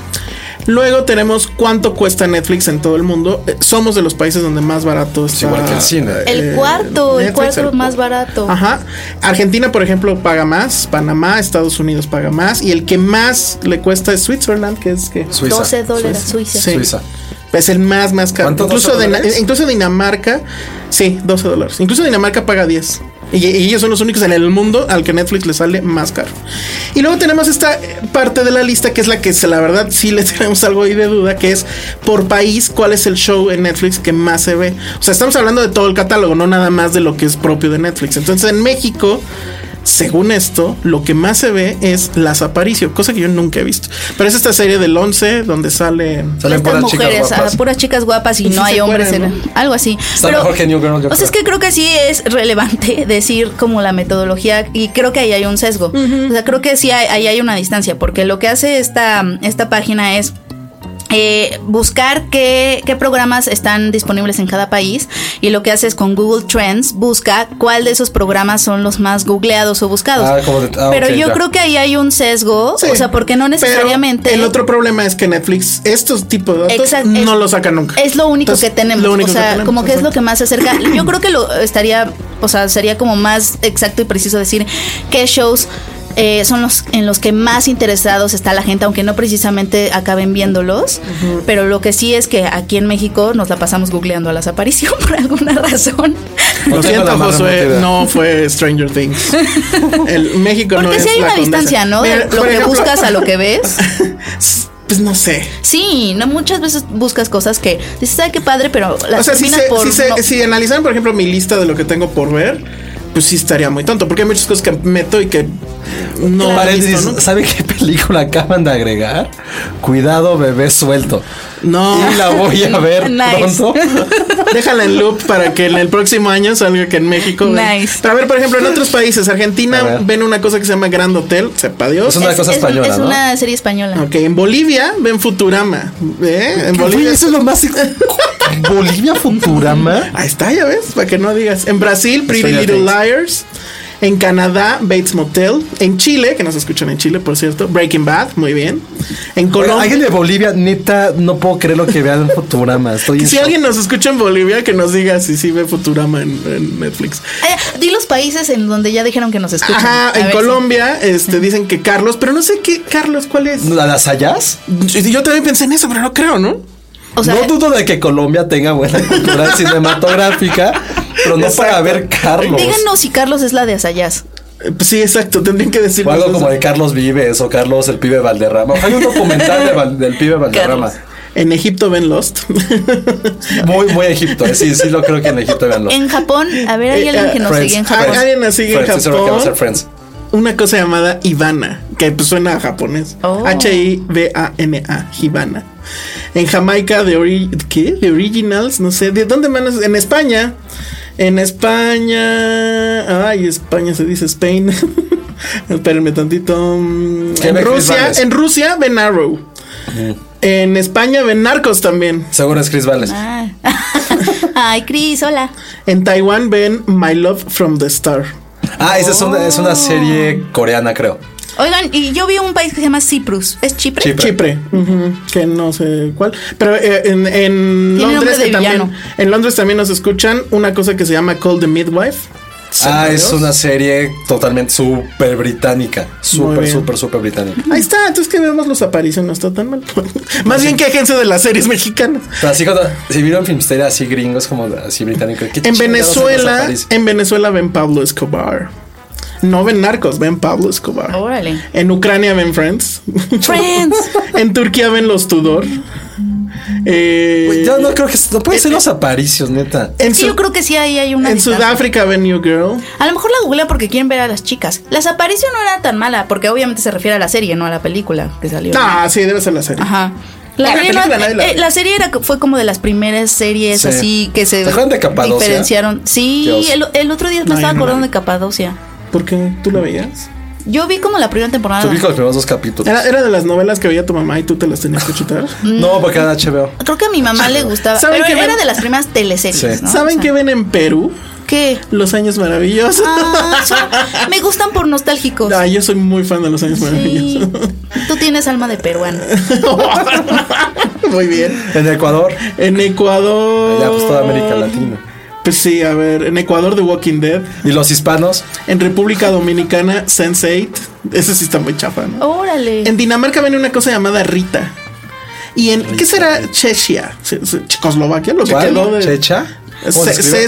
[SPEAKER 4] Luego tenemos cuánto cuesta Netflix en todo el mundo. Eh, somos de los países donde más barato está. Eh,
[SPEAKER 2] igual que el cine.
[SPEAKER 3] El cuarto, Eh, el cuarto más barato.
[SPEAKER 4] Ajá. Argentina, por ejemplo, paga más. Panamá, Estados Unidos paga más. Y el que más le cuesta es Switzerland, que es que.
[SPEAKER 2] Suiza.
[SPEAKER 3] 12 dólares, Suiza.
[SPEAKER 4] Sí.
[SPEAKER 2] Suiza.
[SPEAKER 4] Es el más, más caro.
[SPEAKER 2] ¿Cuánto?
[SPEAKER 4] Incluso,
[SPEAKER 2] 12
[SPEAKER 4] Dina-
[SPEAKER 2] dólares?
[SPEAKER 4] incluso Dinamarca, sí, 12 dólares. Incluso Dinamarca paga 10. Y, y ellos son los únicos en el mundo al que Netflix le sale más caro. Y luego tenemos esta eh, parte de la lista que es la que se- la verdad sí le tenemos algo ahí de duda, que es por país cuál es el show en Netflix que más se ve. O sea, estamos hablando de todo el catálogo, no nada más de lo que es propio de Netflix. Entonces en México... Según esto, lo que más se ve es Las Aparicio, cosa que yo nunca he visto. Pero es esta serie del 11 donde sale...
[SPEAKER 2] Salen
[SPEAKER 3] Estas
[SPEAKER 2] puras
[SPEAKER 3] mujeres,
[SPEAKER 2] chicas guapas.
[SPEAKER 3] ah, puras chicas guapas y,
[SPEAKER 4] Y sí
[SPEAKER 3] no
[SPEAKER 4] se
[SPEAKER 3] hay hombres
[SPEAKER 4] pueden,
[SPEAKER 3] en- algo así.
[SPEAKER 2] Está mejor que New Girl, yo
[SPEAKER 3] o sea,
[SPEAKER 2] creo.
[SPEAKER 3] es que creo que sí es relevante decir como la metodología y creo que ahí hay un sesgo. O sea, creo que sí hay, ahí hay una distancia porque lo que hace esta, esta página es eh, buscar qué, qué programas están disponibles en cada país y lo que haces con Google Trends busca cuál de esos programas son los más googleados o buscados.
[SPEAKER 2] Ah, como de- ah,
[SPEAKER 3] pero
[SPEAKER 2] ok,
[SPEAKER 3] yo
[SPEAKER 2] ya.
[SPEAKER 3] creo que ahí hay un sesgo,
[SPEAKER 4] Sí.
[SPEAKER 3] Oh, o sea, porque no
[SPEAKER 4] Pero
[SPEAKER 3] necesariamente...
[SPEAKER 4] el otro problema es que Netflix, estos tipos de datos,
[SPEAKER 3] Exacto, es-
[SPEAKER 4] no los saca nunca.
[SPEAKER 3] Es lo único
[SPEAKER 4] Entonces,
[SPEAKER 3] que tenemos.
[SPEAKER 4] lo único
[SPEAKER 3] o sea,
[SPEAKER 4] tenemos,
[SPEAKER 3] como que es lo
[SPEAKER 4] exacto.
[SPEAKER 3] que más se acerca. Yo creo que lo estaría, o sea, sería como más exacto y preciso decir qué shows. eh, son los en los que más interesados está la gente, aunque no precisamente acaben viéndolos, pero lo que sí es que aquí en México nos la pasamos googleando a las aparición por alguna razón.
[SPEAKER 2] No tengo la
[SPEAKER 4] Lo siento,
[SPEAKER 2] más remota
[SPEAKER 4] Josué,
[SPEAKER 2] idea.
[SPEAKER 4] no fue Stranger Things. El México no
[SPEAKER 3] Porque
[SPEAKER 4] es
[SPEAKER 3] sí hay
[SPEAKER 4] la
[SPEAKER 3] una
[SPEAKER 4] condesa.
[SPEAKER 3] distancia, ¿no? De
[SPEAKER 4] Mira,
[SPEAKER 3] lo
[SPEAKER 4] por
[SPEAKER 3] que
[SPEAKER 4] ejemplo,
[SPEAKER 3] buscas a lo que ves.
[SPEAKER 4] Pues no sé.
[SPEAKER 3] Sí, no muchas veces buscas cosas que dices, ay, qué padre, pero las
[SPEAKER 4] o sea, si,
[SPEAKER 3] terminas
[SPEAKER 4] se-
[SPEAKER 3] por
[SPEAKER 4] si, se-
[SPEAKER 3] no-
[SPEAKER 4] si analizaran, por ejemplo, mi lista de lo que tengo por ver, pues sí estaría muy tonto, porque hay muchas cosas que meto y que no he
[SPEAKER 2] Paréntesis,
[SPEAKER 4] visto nunca.
[SPEAKER 2] ¿sabe qué película acaban de agregar? Cuidado, bebé suelto.
[SPEAKER 4] No.
[SPEAKER 2] Y la voy a ver
[SPEAKER 3] Nice.
[SPEAKER 2] pronto.
[SPEAKER 4] Déjala en loop para que en el próximo año salga que en México. ven.
[SPEAKER 3] Nice.
[SPEAKER 4] Pero a ver, por ejemplo, en otros países,
[SPEAKER 2] A
[SPEAKER 4] Argentina
[SPEAKER 2] ver.
[SPEAKER 4] ven una cosa que se llama Grand Hotel, sepa Dios.
[SPEAKER 2] Es una cosa española,
[SPEAKER 3] es
[SPEAKER 2] ¿no?
[SPEAKER 3] una serie española.
[SPEAKER 4] Ok, en Bolivia ven Futurama. ¿eh? En Bolivia.
[SPEAKER 2] Güey, eso es lo más. Bolivia Futurama.
[SPEAKER 4] Ahí está, ya ves, para que no digas. En Brasil, Pretty
[SPEAKER 2] Stranger
[SPEAKER 4] Little
[SPEAKER 2] Things.
[SPEAKER 4] Liars. En Canadá, Bates Motel. En Chile, que nos escuchan en Chile, por cierto, Breaking Bad, muy bien. En
[SPEAKER 2] Oye,
[SPEAKER 4] Colombia.
[SPEAKER 2] Alguien de Bolivia, neta, no puedo creer lo que vean en Futurama. Estoy en
[SPEAKER 4] si
[SPEAKER 2] shock.
[SPEAKER 4] alguien nos escucha en Bolivia, que nos diga si sí ve Futurama en, en Netflix.
[SPEAKER 3] Ah, di los países en donde ya dijeron que nos escuchan.
[SPEAKER 4] Ajá,
[SPEAKER 3] A
[SPEAKER 4] en
[SPEAKER 3] ver si-
[SPEAKER 4] Colombia, este, dicen que Carlos, pero no sé qué Carlos, ¿cuál es?
[SPEAKER 2] ¿A las hayas?
[SPEAKER 4] Yo, yo también pensé en eso, pero no creo, ¿no?
[SPEAKER 3] O sea,
[SPEAKER 2] no dudo de que Colombia tenga buena cultura cinematográfica, pero no para
[SPEAKER 4] Exacto.
[SPEAKER 2] ver Carlos.
[SPEAKER 3] díganos si Carlos es la de Asayas.
[SPEAKER 4] Eh, pues sí, exacto, tendrían que decir
[SPEAKER 2] O algo como de Carlos Vives o Carlos el pibe Valderrama. Hay un documental de Val- del pibe Valderrama.
[SPEAKER 4] En Egipto ven Lost.
[SPEAKER 2] Muy, muy Egipto. eh. Sí, sí, lo creo que en Egipto veanlo.
[SPEAKER 3] En Japón, a ver, hay
[SPEAKER 4] Eh,
[SPEAKER 3] alguien
[SPEAKER 4] eh,
[SPEAKER 3] que nos
[SPEAKER 2] Friends,
[SPEAKER 3] sigue en
[SPEAKER 4] Friends.
[SPEAKER 3] Japón.
[SPEAKER 4] Alguien nos sigue en
[SPEAKER 2] Friends, seguro que va a ser
[SPEAKER 4] Japón.
[SPEAKER 2] Friends.
[SPEAKER 4] una cosa llamada Ivana, que pues, suena a japonés.
[SPEAKER 3] Oh.
[SPEAKER 4] H-I-B-A-N-A, Ivana. En Jamaica, de ¿qué? The Originals, no sé. ¿De dónde manos? En España. En España. Ay, España se dice Spain. Espérenme tantito. Mm,
[SPEAKER 2] ¿Qué
[SPEAKER 4] En
[SPEAKER 2] ve Chris
[SPEAKER 4] Rusia,
[SPEAKER 2] Valles?
[SPEAKER 4] en Rusia, ven Arrow. En España, ven Narcos también.
[SPEAKER 2] Seguro es Chris Valles.
[SPEAKER 3] Ah. Ay, Cris, hola.
[SPEAKER 4] En Taiwán, ven My Love from the Star.
[SPEAKER 2] Ah, esa es una, es una serie
[SPEAKER 3] Oh.
[SPEAKER 2] coreana, creo.
[SPEAKER 3] Oigan, y yo vi un país que se llama Cyprus. ¿Es Chipre?
[SPEAKER 2] Chipre.
[SPEAKER 4] Chipre, ujú, que no sé cuál. Pero eh, en, en
[SPEAKER 3] Tiene nombre
[SPEAKER 4] Londres
[SPEAKER 3] de
[SPEAKER 4] que también,
[SPEAKER 3] villano.
[SPEAKER 4] en Londres también nos escuchan una cosa que se llama Call the Midwife.
[SPEAKER 2] Ah,
[SPEAKER 4] Santo
[SPEAKER 2] es
[SPEAKER 4] Dios.
[SPEAKER 2] una serie totalmente súper británica.
[SPEAKER 4] Muy
[SPEAKER 2] Súper,
[SPEAKER 4] bien.
[SPEAKER 2] súper, súper británica.
[SPEAKER 4] Ahí está, entonces que vemos los apariciones, no está tan mal. Más bien quejense de las series mexicanas.
[SPEAKER 2] Pero así cuando, si vieron Filmsteria así gringos, como así británico. ¿qué
[SPEAKER 4] En
[SPEAKER 2] chingados hacen en
[SPEAKER 4] Venezuela,
[SPEAKER 2] París?
[SPEAKER 4] en Venezuela ven Pablo Escobar. No ven narcos, ven Pablo Escobar.
[SPEAKER 3] Órale.
[SPEAKER 4] En Ucrania ven Friends.
[SPEAKER 3] Friends.
[SPEAKER 4] en Turquía ven los Tudor. Eh,
[SPEAKER 2] Güey, Pues Yo no creo que no pueden ser los aparicios, neta.
[SPEAKER 4] en,
[SPEAKER 3] Sí,
[SPEAKER 4] Su-
[SPEAKER 3] yo creo que sí, ahí hay una.
[SPEAKER 4] en
[SPEAKER 3] distancia.
[SPEAKER 4] Sudáfrica ven New Girl.
[SPEAKER 3] A lo mejor la googlean porque quieren ver a las chicas. Las apariciones no era tan mala, porque obviamente se refiere a la serie, no a la película que salió.
[SPEAKER 4] Ah, sí, debe ser la serie.
[SPEAKER 3] Ajá. La,
[SPEAKER 4] Ah, la
[SPEAKER 3] serie, era-
[SPEAKER 4] película nadie la
[SPEAKER 3] eh,
[SPEAKER 4] ve.
[SPEAKER 3] la serie era, fue como de las primeras series
[SPEAKER 2] Sí.
[SPEAKER 3] así que se
[SPEAKER 2] ¿Se acuerdan de Capadocia?
[SPEAKER 3] diferenciaron. Sí,
[SPEAKER 2] Dios.
[SPEAKER 3] el, el otro día me
[SPEAKER 4] No, yo
[SPEAKER 3] estaba
[SPEAKER 4] no la
[SPEAKER 3] acordando
[SPEAKER 4] vi.
[SPEAKER 3] de Capadocia.
[SPEAKER 4] ¿Por qué? ¿Tú la veías?
[SPEAKER 3] Yo vi como la primera temporada.
[SPEAKER 2] Subí con los primeros dos capítulos.
[SPEAKER 4] ah. ¿Era, era de las novelas que veía tu mamá y tú te las tenías que chutar.
[SPEAKER 2] No, porque era HBO.
[SPEAKER 3] Creo que a mi mamá le gustaba.
[SPEAKER 4] ¿Saben
[SPEAKER 3] Pero
[SPEAKER 4] qué
[SPEAKER 3] era
[SPEAKER 4] ven?
[SPEAKER 3] de las primeras teleseries.
[SPEAKER 2] Sí.
[SPEAKER 3] ¿no?
[SPEAKER 4] ¿Saben
[SPEAKER 3] O sea,
[SPEAKER 4] qué ven en Perú?
[SPEAKER 3] ¿Qué?
[SPEAKER 4] Los años maravillosos.
[SPEAKER 3] Ah, son- me gustan por nostálgicos.
[SPEAKER 4] Ay, yo soy muy fan de los años
[SPEAKER 3] Sí.
[SPEAKER 4] maravillosos.
[SPEAKER 3] Tú tienes alma de peruano.
[SPEAKER 4] muy bien.
[SPEAKER 2] En Ecuador.
[SPEAKER 4] En Ecuador.
[SPEAKER 2] Ya, pues toda América Latina.
[SPEAKER 4] Pues sí, a ver. En Ecuador, The Walking Dead.
[SPEAKER 2] Y los hispanos.
[SPEAKER 4] En República Dominicana, Sense8. Ese sí está muy chafa, ¿no?
[SPEAKER 3] Oh, Órale.
[SPEAKER 4] En Dinamarca ven una cosa llamada Rita. ¿Y en qué será Chechia? Se- se- Checoslovaquia, lo que
[SPEAKER 2] ¿Cuál?
[SPEAKER 4] quedó de.
[SPEAKER 2] ¿Checha? ¿Cómo se escribe?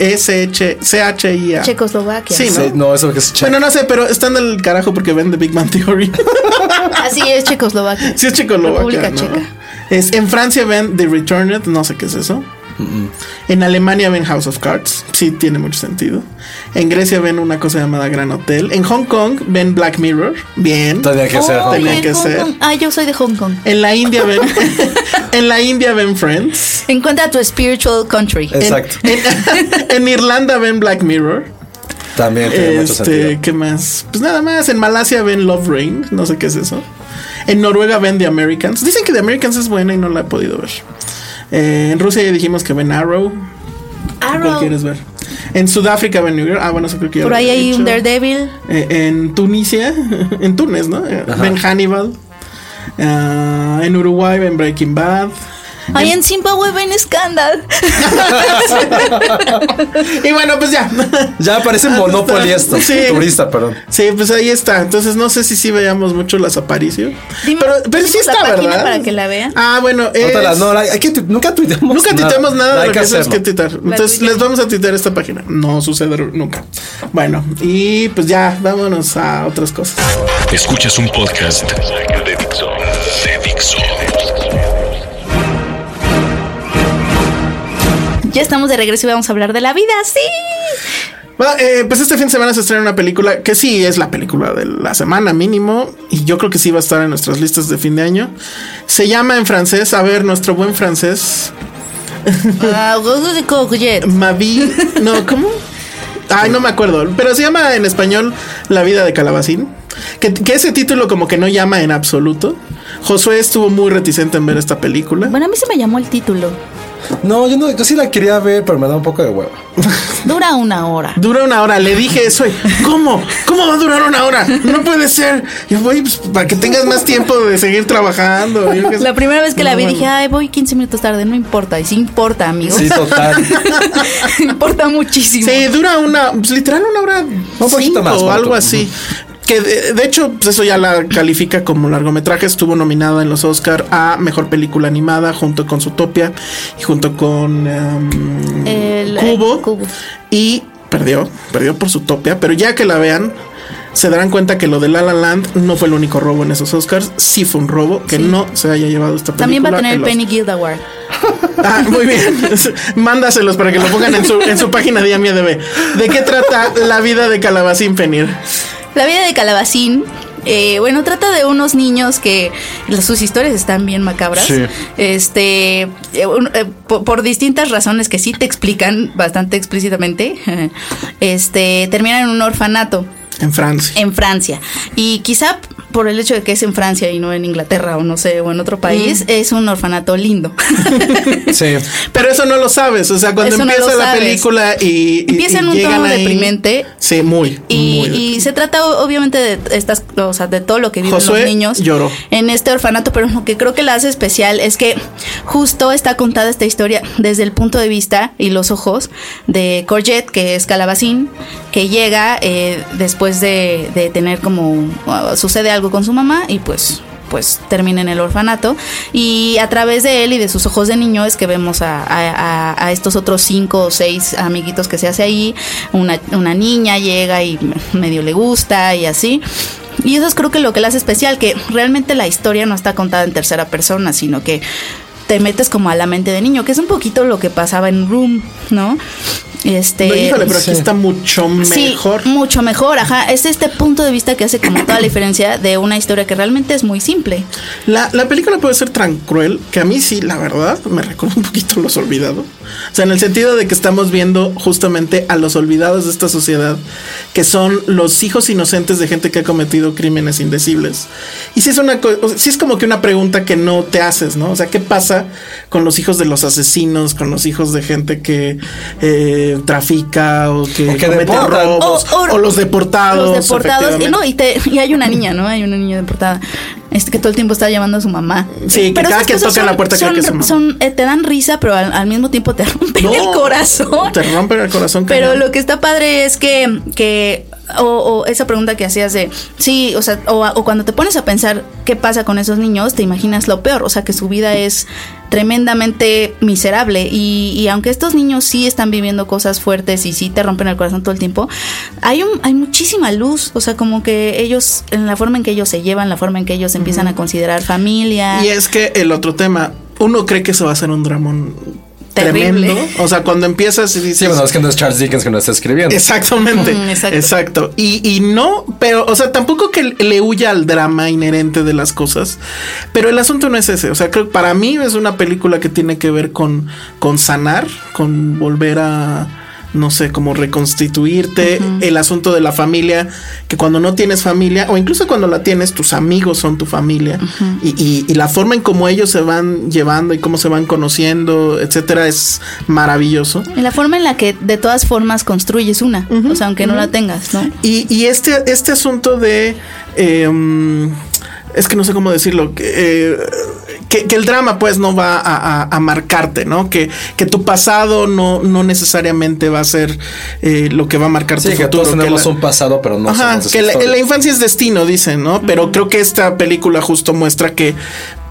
[SPEAKER 4] E, C-Z-S-H-I-A.
[SPEAKER 3] Checoslovaquia.
[SPEAKER 4] Sí,
[SPEAKER 2] Se- No, eso que es checha.
[SPEAKER 4] Bueno, no sé, pero están del carajo porque ven The Big Man Theory.
[SPEAKER 3] Así es, Checoslovaquia.
[SPEAKER 4] sí, es Checoslovaquia.
[SPEAKER 3] República
[SPEAKER 4] ¿no?
[SPEAKER 3] Checa.
[SPEAKER 4] Es, en Francia ven The Returned, no sé qué es eso. En Alemania ven House of Cards, sí tiene mucho sentido. En Grecia ven una cosa llamada Gran Hotel. En Hong Kong ven Black Mirror, bien.
[SPEAKER 2] Tenía que ser.
[SPEAKER 3] Oh,
[SPEAKER 2] Hong
[SPEAKER 4] Tenía
[SPEAKER 3] en
[SPEAKER 2] Kong.
[SPEAKER 4] que
[SPEAKER 3] Hong
[SPEAKER 4] ser.
[SPEAKER 3] Kong. Ah, yo soy de Hong Kong.
[SPEAKER 4] En la India ven, en la India ven Friends.
[SPEAKER 3] Encuentra tu spiritual country.
[SPEAKER 2] Exacto.
[SPEAKER 4] En, en Irlanda ven Black Mirror.
[SPEAKER 2] También tiene mucho
[SPEAKER 4] Este,
[SPEAKER 2] sentido.
[SPEAKER 4] ¿qué más? Pues nada más. En Malasia ven Love Rain, no sé qué es eso. En Noruega ven The Americans. Dicen que The Americans es buena y no la he podido ver. Eh, en Rusia ya dijimos que ven Arrow. ¿Cuál
[SPEAKER 3] Arrow.
[SPEAKER 4] quieres ver? En Sudáfrica ven New York. Ah, bueno, eso creo que ya
[SPEAKER 3] Por
[SPEAKER 4] lo
[SPEAKER 3] ahí
[SPEAKER 4] había
[SPEAKER 3] hay un
[SPEAKER 4] dicho.
[SPEAKER 3] Daredevil.
[SPEAKER 4] Eh, en Tunisia, en Túnez, ¿no? Eh, Ven Hannibal. Ah, en Uruguay ven Breaking Bad.
[SPEAKER 3] Ahí en Zimbabue ven Scandal.
[SPEAKER 4] Y bueno, pues ya.
[SPEAKER 2] Ya parece Monopoly esto.
[SPEAKER 4] ah, Sí.
[SPEAKER 2] Turista, perdón.
[SPEAKER 4] Sí, pues ahí está. Entonces no sé si sí veamos mucho las Aparicio.
[SPEAKER 3] Dime,
[SPEAKER 4] pero pero
[SPEAKER 3] ¿dices
[SPEAKER 4] sí
[SPEAKER 3] la
[SPEAKER 4] está,
[SPEAKER 3] página
[SPEAKER 4] ¿verdad?
[SPEAKER 3] para que la vean?
[SPEAKER 4] Ah, bueno. es-
[SPEAKER 2] Nótala, no, la- hay que tu- nunca tuiteamos
[SPEAKER 4] Nunca tuiteamos nada de
[SPEAKER 2] Hay
[SPEAKER 4] lo que tenemos
[SPEAKER 2] hacerlo.
[SPEAKER 4] que tuitear. Entonces
[SPEAKER 3] tuiteamos.
[SPEAKER 4] les vamos a tuitear esta página. No sucede nunca. Bueno, y pues ya, vámonos a otras cosas.
[SPEAKER 1] Escuchas un podcast de Dixo. De Dixo.
[SPEAKER 3] Ya estamos de regreso y vamos a hablar de la vida. Sí.
[SPEAKER 4] Bueno, eh, pues este fin de semana se estrena una película que sí es la película de la semana mínimo y yo creo que sí va a estar en nuestras listas de fin de año. Se llama en francés, a ver, nuestro buen francés,
[SPEAKER 3] Ah, Gogo de Courgette.
[SPEAKER 4] Mavi, no, ¿cómo? Ay, no me acuerdo, pero se llama en español La vida de Calabacín, que, que ese título como que no llama en absoluto. Josué estuvo muy reticente en ver esta película.
[SPEAKER 3] Bueno, a mí se me llamó el título.
[SPEAKER 2] No, yo no, yo sí la quería ver, pero me da un poco de huevo.
[SPEAKER 3] Dura una hora.
[SPEAKER 4] Dura una hora, le dije eso. y, ¿Cómo? ¿Cómo va a durar una hora? No puede ser. Yo voy pues, para que tengas más tiempo de seguir trabajando. yo qué sé.
[SPEAKER 3] La primera vez que la
[SPEAKER 4] No,
[SPEAKER 3] vi
[SPEAKER 4] bueno.
[SPEAKER 3] dije, ay, voy 15 minutos tarde, no importa. Y sí importa, amigos.
[SPEAKER 2] Sí, total.
[SPEAKER 3] importa muchísimo.
[SPEAKER 4] Sí, dura una, pues, literal una hora, un
[SPEAKER 2] poquito más,
[SPEAKER 4] o
[SPEAKER 2] ponle
[SPEAKER 4] algo
[SPEAKER 2] tú.
[SPEAKER 4] así. Que de, de hecho, pues, eso ya la califica como largometraje. Estuvo nominada en los Oscar a Mejor Película Animada junto con Zootopia y junto con em,
[SPEAKER 3] El-
[SPEAKER 4] Cubo.
[SPEAKER 3] el Cubo.
[SPEAKER 4] Y perdió, perdió por Zootopia. Pero ya que la vean, se darán cuenta que lo de La La Land no fue el único robo en esos Oscars. Sí fue un robo que
[SPEAKER 3] Sí.
[SPEAKER 4] no se haya llevado esta película.
[SPEAKER 3] También va a tener el
[SPEAKER 4] Oscar.
[SPEAKER 3] Penny Guild Award.
[SPEAKER 4] Ah, muy bien. Mándaselos para que lo pongan en su, en su página de IMDB. ¿De qué trata la vida de Calabacín Penir?
[SPEAKER 3] La vida de Calabacín. eh, bueno, trata de unos niños que sus historias están bien macabras.
[SPEAKER 2] Sí.
[SPEAKER 3] Este, eh, un- eh, por, por distintas razones que sí te explican bastante explícitamente, este, terminan en un orfanato
[SPEAKER 4] En Francia.
[SPEAKER 3] en Francia. Y quizá por el hecho de que es en Francia y no en Inglaterra o no sé, o en otro
[SPEAKER 4] Mm.
[SPEAKER 3] país, es un orfanato lindo.
[SPEAKER 2] Sí.
[SPEAKER 4] Pero eso no lo sabes. O sea, cuando
[SPEAKER 3] Eso no
[SPEAKER 4] empieza
[SPEAKER 3] lo
[SPEAKER 4] la
[SPEAKER 3] sabes.
[SPEAKER 4] película y. y-
[SPEAKER 3] Empieza
[SPEAKER 4] y
[SPEAKER 3] en un
[SPEAKER 4] llegan
[SPEAKER 3] tono
[SPEAKER 4] ahí-
[SPEAKER 3] deprimente.
[SPEAKER 4] Sí, muy.
[SPEAKER 3] Y,
[SPEAKER 4] muy
[SPEAKER 3] y se trata o- obviamente de estas cosas, de todo lo que viven
[SPEAKER 4] Josué
[SPEAKER 3] los niños
[SPEAKER 4] lloró.
[SPEAKER 3] en este orfanato, pero lo que creo que la hace especial es que justo está contada esta historia desde el punto de vista y los ojos de Corjet, que es calabacín, que llega eh, después de, de tener como uh, sucede algo con su mamá y pues pues termina en el orfanato y a través de él y de sus ojos de niño es que vemos a, a- a- a estos otros cinco o seis amiguitos que se hace ahí, una, una niña llega y medio le gusta y así. Y eso es creo que lo que le hace especial, que realmente la historia no está contada en tercera persona, sino que te metes como a la mente de niño, que es un poquito lo que pasaba en Room, ¿no? Este,
[SPEAKER 4] Pero, híjole, pero aquí
[SPEAKER 2] sí.
[SPEAKER 4] está mucho mejor.
[SPEAKER 3] Sí, mucho mejor, ajá. Es este punto de vista que hace como toda la diferencia de una historia que realmente es muy simple.
[SPEAKER 4] La, la película puede ser tan cruel que a mí sí, la verdad, me recuerda un poquito a Los Olvidados. O sea, en el sentido de que estamos viendo justamente a los olvidados de esta sociedad, que son los hijos inocentes de gente que ha cometido crímenes indecibles. Y sí es, una, co- o sea, sí es como que una pregunta que no te haces, ¿no? O sea, ¿qué pasa con los hijos de los asesinos, con los hijos de gente que eh, trafica o que,
[SPEAKER 2] O que
[SPEAKER 4] comete
[SPEAKER 2] deportan.
[SPEAKER 4] robos? O, los deportados.
[SPEAKER 3] Los deportados. Y,
[SPEAKER 4] efectivamente.
[SPEAKER 3] no, y, te- y hay una niña, ¿no? Hay una niña deportada. Este, que todo el tiempo está llamando a su mamá.
[SPEAKER 4] Sí, que cada
[SPEAKER 3] esas
[SPEAKER 4] que
[SPEAKER 3] cosas
[SPEAKER 4] toca la puerta cree
[SPEAKER 3] son-
[SPEAKER 4] que es su mamá.
[SPEAKER 3] son- eh, te dan risa, pero al, al mismo tiempo te rompen
[SPEAKER 4] No,
[SPEAKER 3] el corazón.
[SPEAKER 4] Te rompen el corazón.
[SPEAKER 3] Pero
[SPEAKER 4] cañón.
[SPEAKER 3] lo que está padre es que, que o, o esa pregunta que hacías de, sí, o sea, o, o cuando te pones a pensar qué pasa con esos niños, te imaginas lo peor, o sea, que su vida es tremendamente miserable y, y aunque estos niños sí están viviendo cosas fuertes y sí te rompen el corazón todo el tiempo, hay, un, hay muchísima luz, o sea, como que ellos, en la forma en que ellos se llevan, la forma en que ellos empiezan a considerar familia.
[SPEAKER 4] Y es que el otro tema, uno cree que se va a ser un dramón
[SPEAKER 3] Terrible.
[SPEAKER 4] tremendo. O sea, cuando empiezas y dices.
[SPEAKER 2] Sí, bueno, es que no es Charles Dickens que nos está escribiendo.
[SPEAKER 4] Exactamente.
[SPEAKER 3] Mm, exacto.
[SPEAKER 4] exacto. Y, y no, pero, o sea, tampoco que le huya al drama inherente de las cosas. Pero el asunto no es ese. O sea, creo que para mí es una película que tiene que ver con, con sanar, con volver a. No sé, como reconstituirte el asunto de la familia, que cuando no tienes familia, o incluso cuando la tienes, tus amigos son tu familia, y, y- y la forma en cómo ellos se van llevando y cómo se van conociendo, etcétera, es maravilloso.
[SPEAKER 3] En la forma en la que de todas formas construyes una, o sea, aunque no la tengas, ¿no?
[SPEAKER 4] Y, y este, este asunto de. eh, es que no sé cómo decirlo. Que, eh, que, que el drama, pues, no va a, a- a marcarte, ¿no? Que, que tu pasado no, no necesariamente va a ser eh, lo que va a marcar
[SPEAKER 2] Sí,
[SPEAKER 4] tu
[SPEAKER 2] que
[SPEAKER 4] futuro.
[SPEAKER 2] todos tenemos
[SPEAKER 4] la-
[SPEAKER 2] un pasado, pero no
[SPEAKER 4] Ajá,
[SPEAKER 2] somos de
[SPEAKER 4] que
[SPEAKER 2] esa
[SPEAKER 4] la,
[SPEAKER 2] historia.
[SPEAKER 4] la infancia es destino, dicen, ¿no? Pero creo que esta película justo muestra que,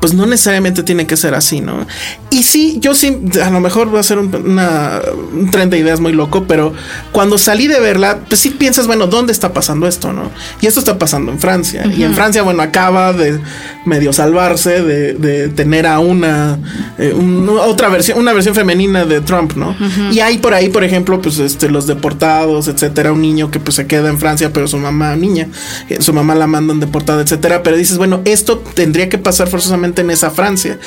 [SPEAKER 4] pues no necesariamente tiene que ser así, ¿no? Y sí, yo sí, a lo mejor va a ser un, una- un tren de ideas muy loco, pero cuando salí de verla, pues sí piensas, bueno, ¿dónde está pasando esto, no? Y esto está pasando en Francia. Y en Francia, bueno, acaba de medio salvarse, de, de tener a una, eh, un- otra versión, una versión femenina de Trump, ¿no? Y hay por ahí, por ejemplo, pues este, los deportados, etcétera, un niño que pues se queda en Francia, pero su mamá, niña, eh, su mamá la mandan deportada, etcétera, pero dices, bueno, esto tendría que pasar forzosamente en esa Francia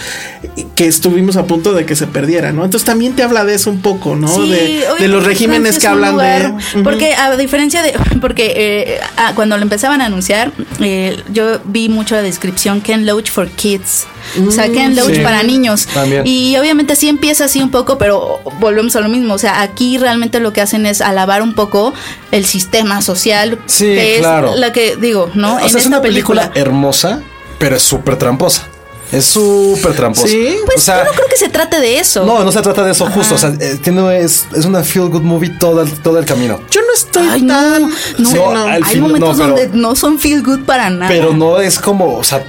[SPEAKER 4] y que estuvimos a punto de que se perdiera, ¿no? Entonces también te habla de eso un poco, ¿no?
[SPEAKER 3] Sí,
[SPEAKER 4] de,
[SPEAKER 3] oye,
[SPEAKER 4] de los
[SPEAKER 3] Francia
[SPEAKER 4] regímenes
[SPEAKER 3] es
[SPEAKER 4] que
[SPEAKER 3] un
[SPEAKER 4] hablan de...
[SPEAKER 3] lugar-
[SPEAKER 4] Ujú.
[SPEAKER 3] Porque a diferencia de. Porque eh, ah, cuando lo empezaban a anunciar, eh, yo vi mucho la descripción Ken Loach for Kids. o sea, Ken Loach
[SPEAKER 2] Mm, sí.
[SPEAKER 3] para niños.
[SPEAKER 2] También.
[SPEAKER 3] Y obviamente sí empieza así un poco, pero volvemos a lo mismo. O sea, aquí realmente lo que hacen es alabar un poco el sistema social.
[SPEAKER 2] Sí,
[SPEAKER 3] que
[SPEAKER 2] claro.
[SPEAKER 3] es la que digo, ¿no?
[SPEAKER 2] O sea, es una película, hermosa, pero es súper tramposa. Es súper tramposa.
[SPEAKER 4] Sí.
[SPEAKER 3] Pues
[SPEAKER 2] o sea,
[SPEAKER 3] yo no creo que se trate de eso.
[SPEAKER 2] no, no se trata de eso justo. O sea, eh, tiene- es, es una feel good movie todo el, todo el camino.
[SPEAKER 4] Yo no estoy
[SPEAKER 3] Ay, no,
[SPEAKER 4] tan...
[SPEAKER 3] no,
[SPEAKER 2] Sí, no,
[SPEAKER 3] hay
[SPEAKER 2] al fin-
[SPEAKER 3] momentos
[SPEAKER 2] no, pero-
[SPEAKER 3] donde no son feel good para nada.
[SPEAKER 2] Pero no es como, o sea,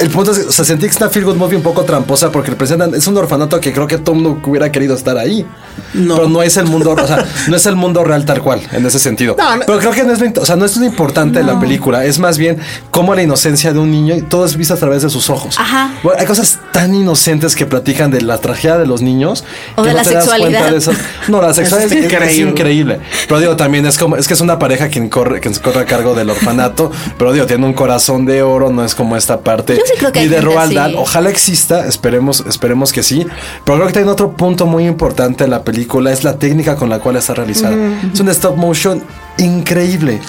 [SPEAKER 2] el punto es, o sea, sentí que es una feel good movie un poco tramposa porque le presentan, es un orfanato que creo que todo mundo hubiera querido estar ahí.
[SPEAKER 4] No.
[SPEAKER 2] Pero no es el mundo, o sea, no es el mundo real tal cual, en ese sentido.
[SPEAKER 4] No, no.
[SPEAKER 2] Pero creo que no es lo, int- o sea, no es lo importante de la película, es más bien como la inocencia de un niño y todo es visto a través de sus ojos.
[SPEAKER 3] Ajá.
[SPEAKER 2] Bueno, hay cosas tan inocentes que platican de la tragedia de los niños.
[SPEAKER 3] O
[SPEAKER 2] que
[SPEAKER 3] de
[SPEAKER 2] no
[SPEAKER 3] la
[SPEAKER 2] te das cuenta
[SPEAKER 3] sexualidad.
[SPEAKER 2] de esas- No, la sexualidad
[SPEAKER 4] Es
[SPEAKER 2] es, es
[SPEAKER 4] increíble.
[SPEAKER 2] increíble increíble. Pero digo, también es como, es que es una pareja quien corre, quien corre a cargo del orfanato, pero digo, tiene un corazón de oro, no es como esta parte
[SPEAKER 3] Yo sí creo que
[SPEAKER 2] ni
[SPEAKER 3] hay
[SPEAKER 2] de
[SPEAKER 3] gente
[SPEAKER 2] Roald Dahl.
[SPEAKER 3] así.
[SPEAKER 2] Ojalá exista, esperemos, esperemos que sí. Pero creo que hay otro punto muy importante de la película, es la técnica con la cual está realizada. Es un stop motion increíble.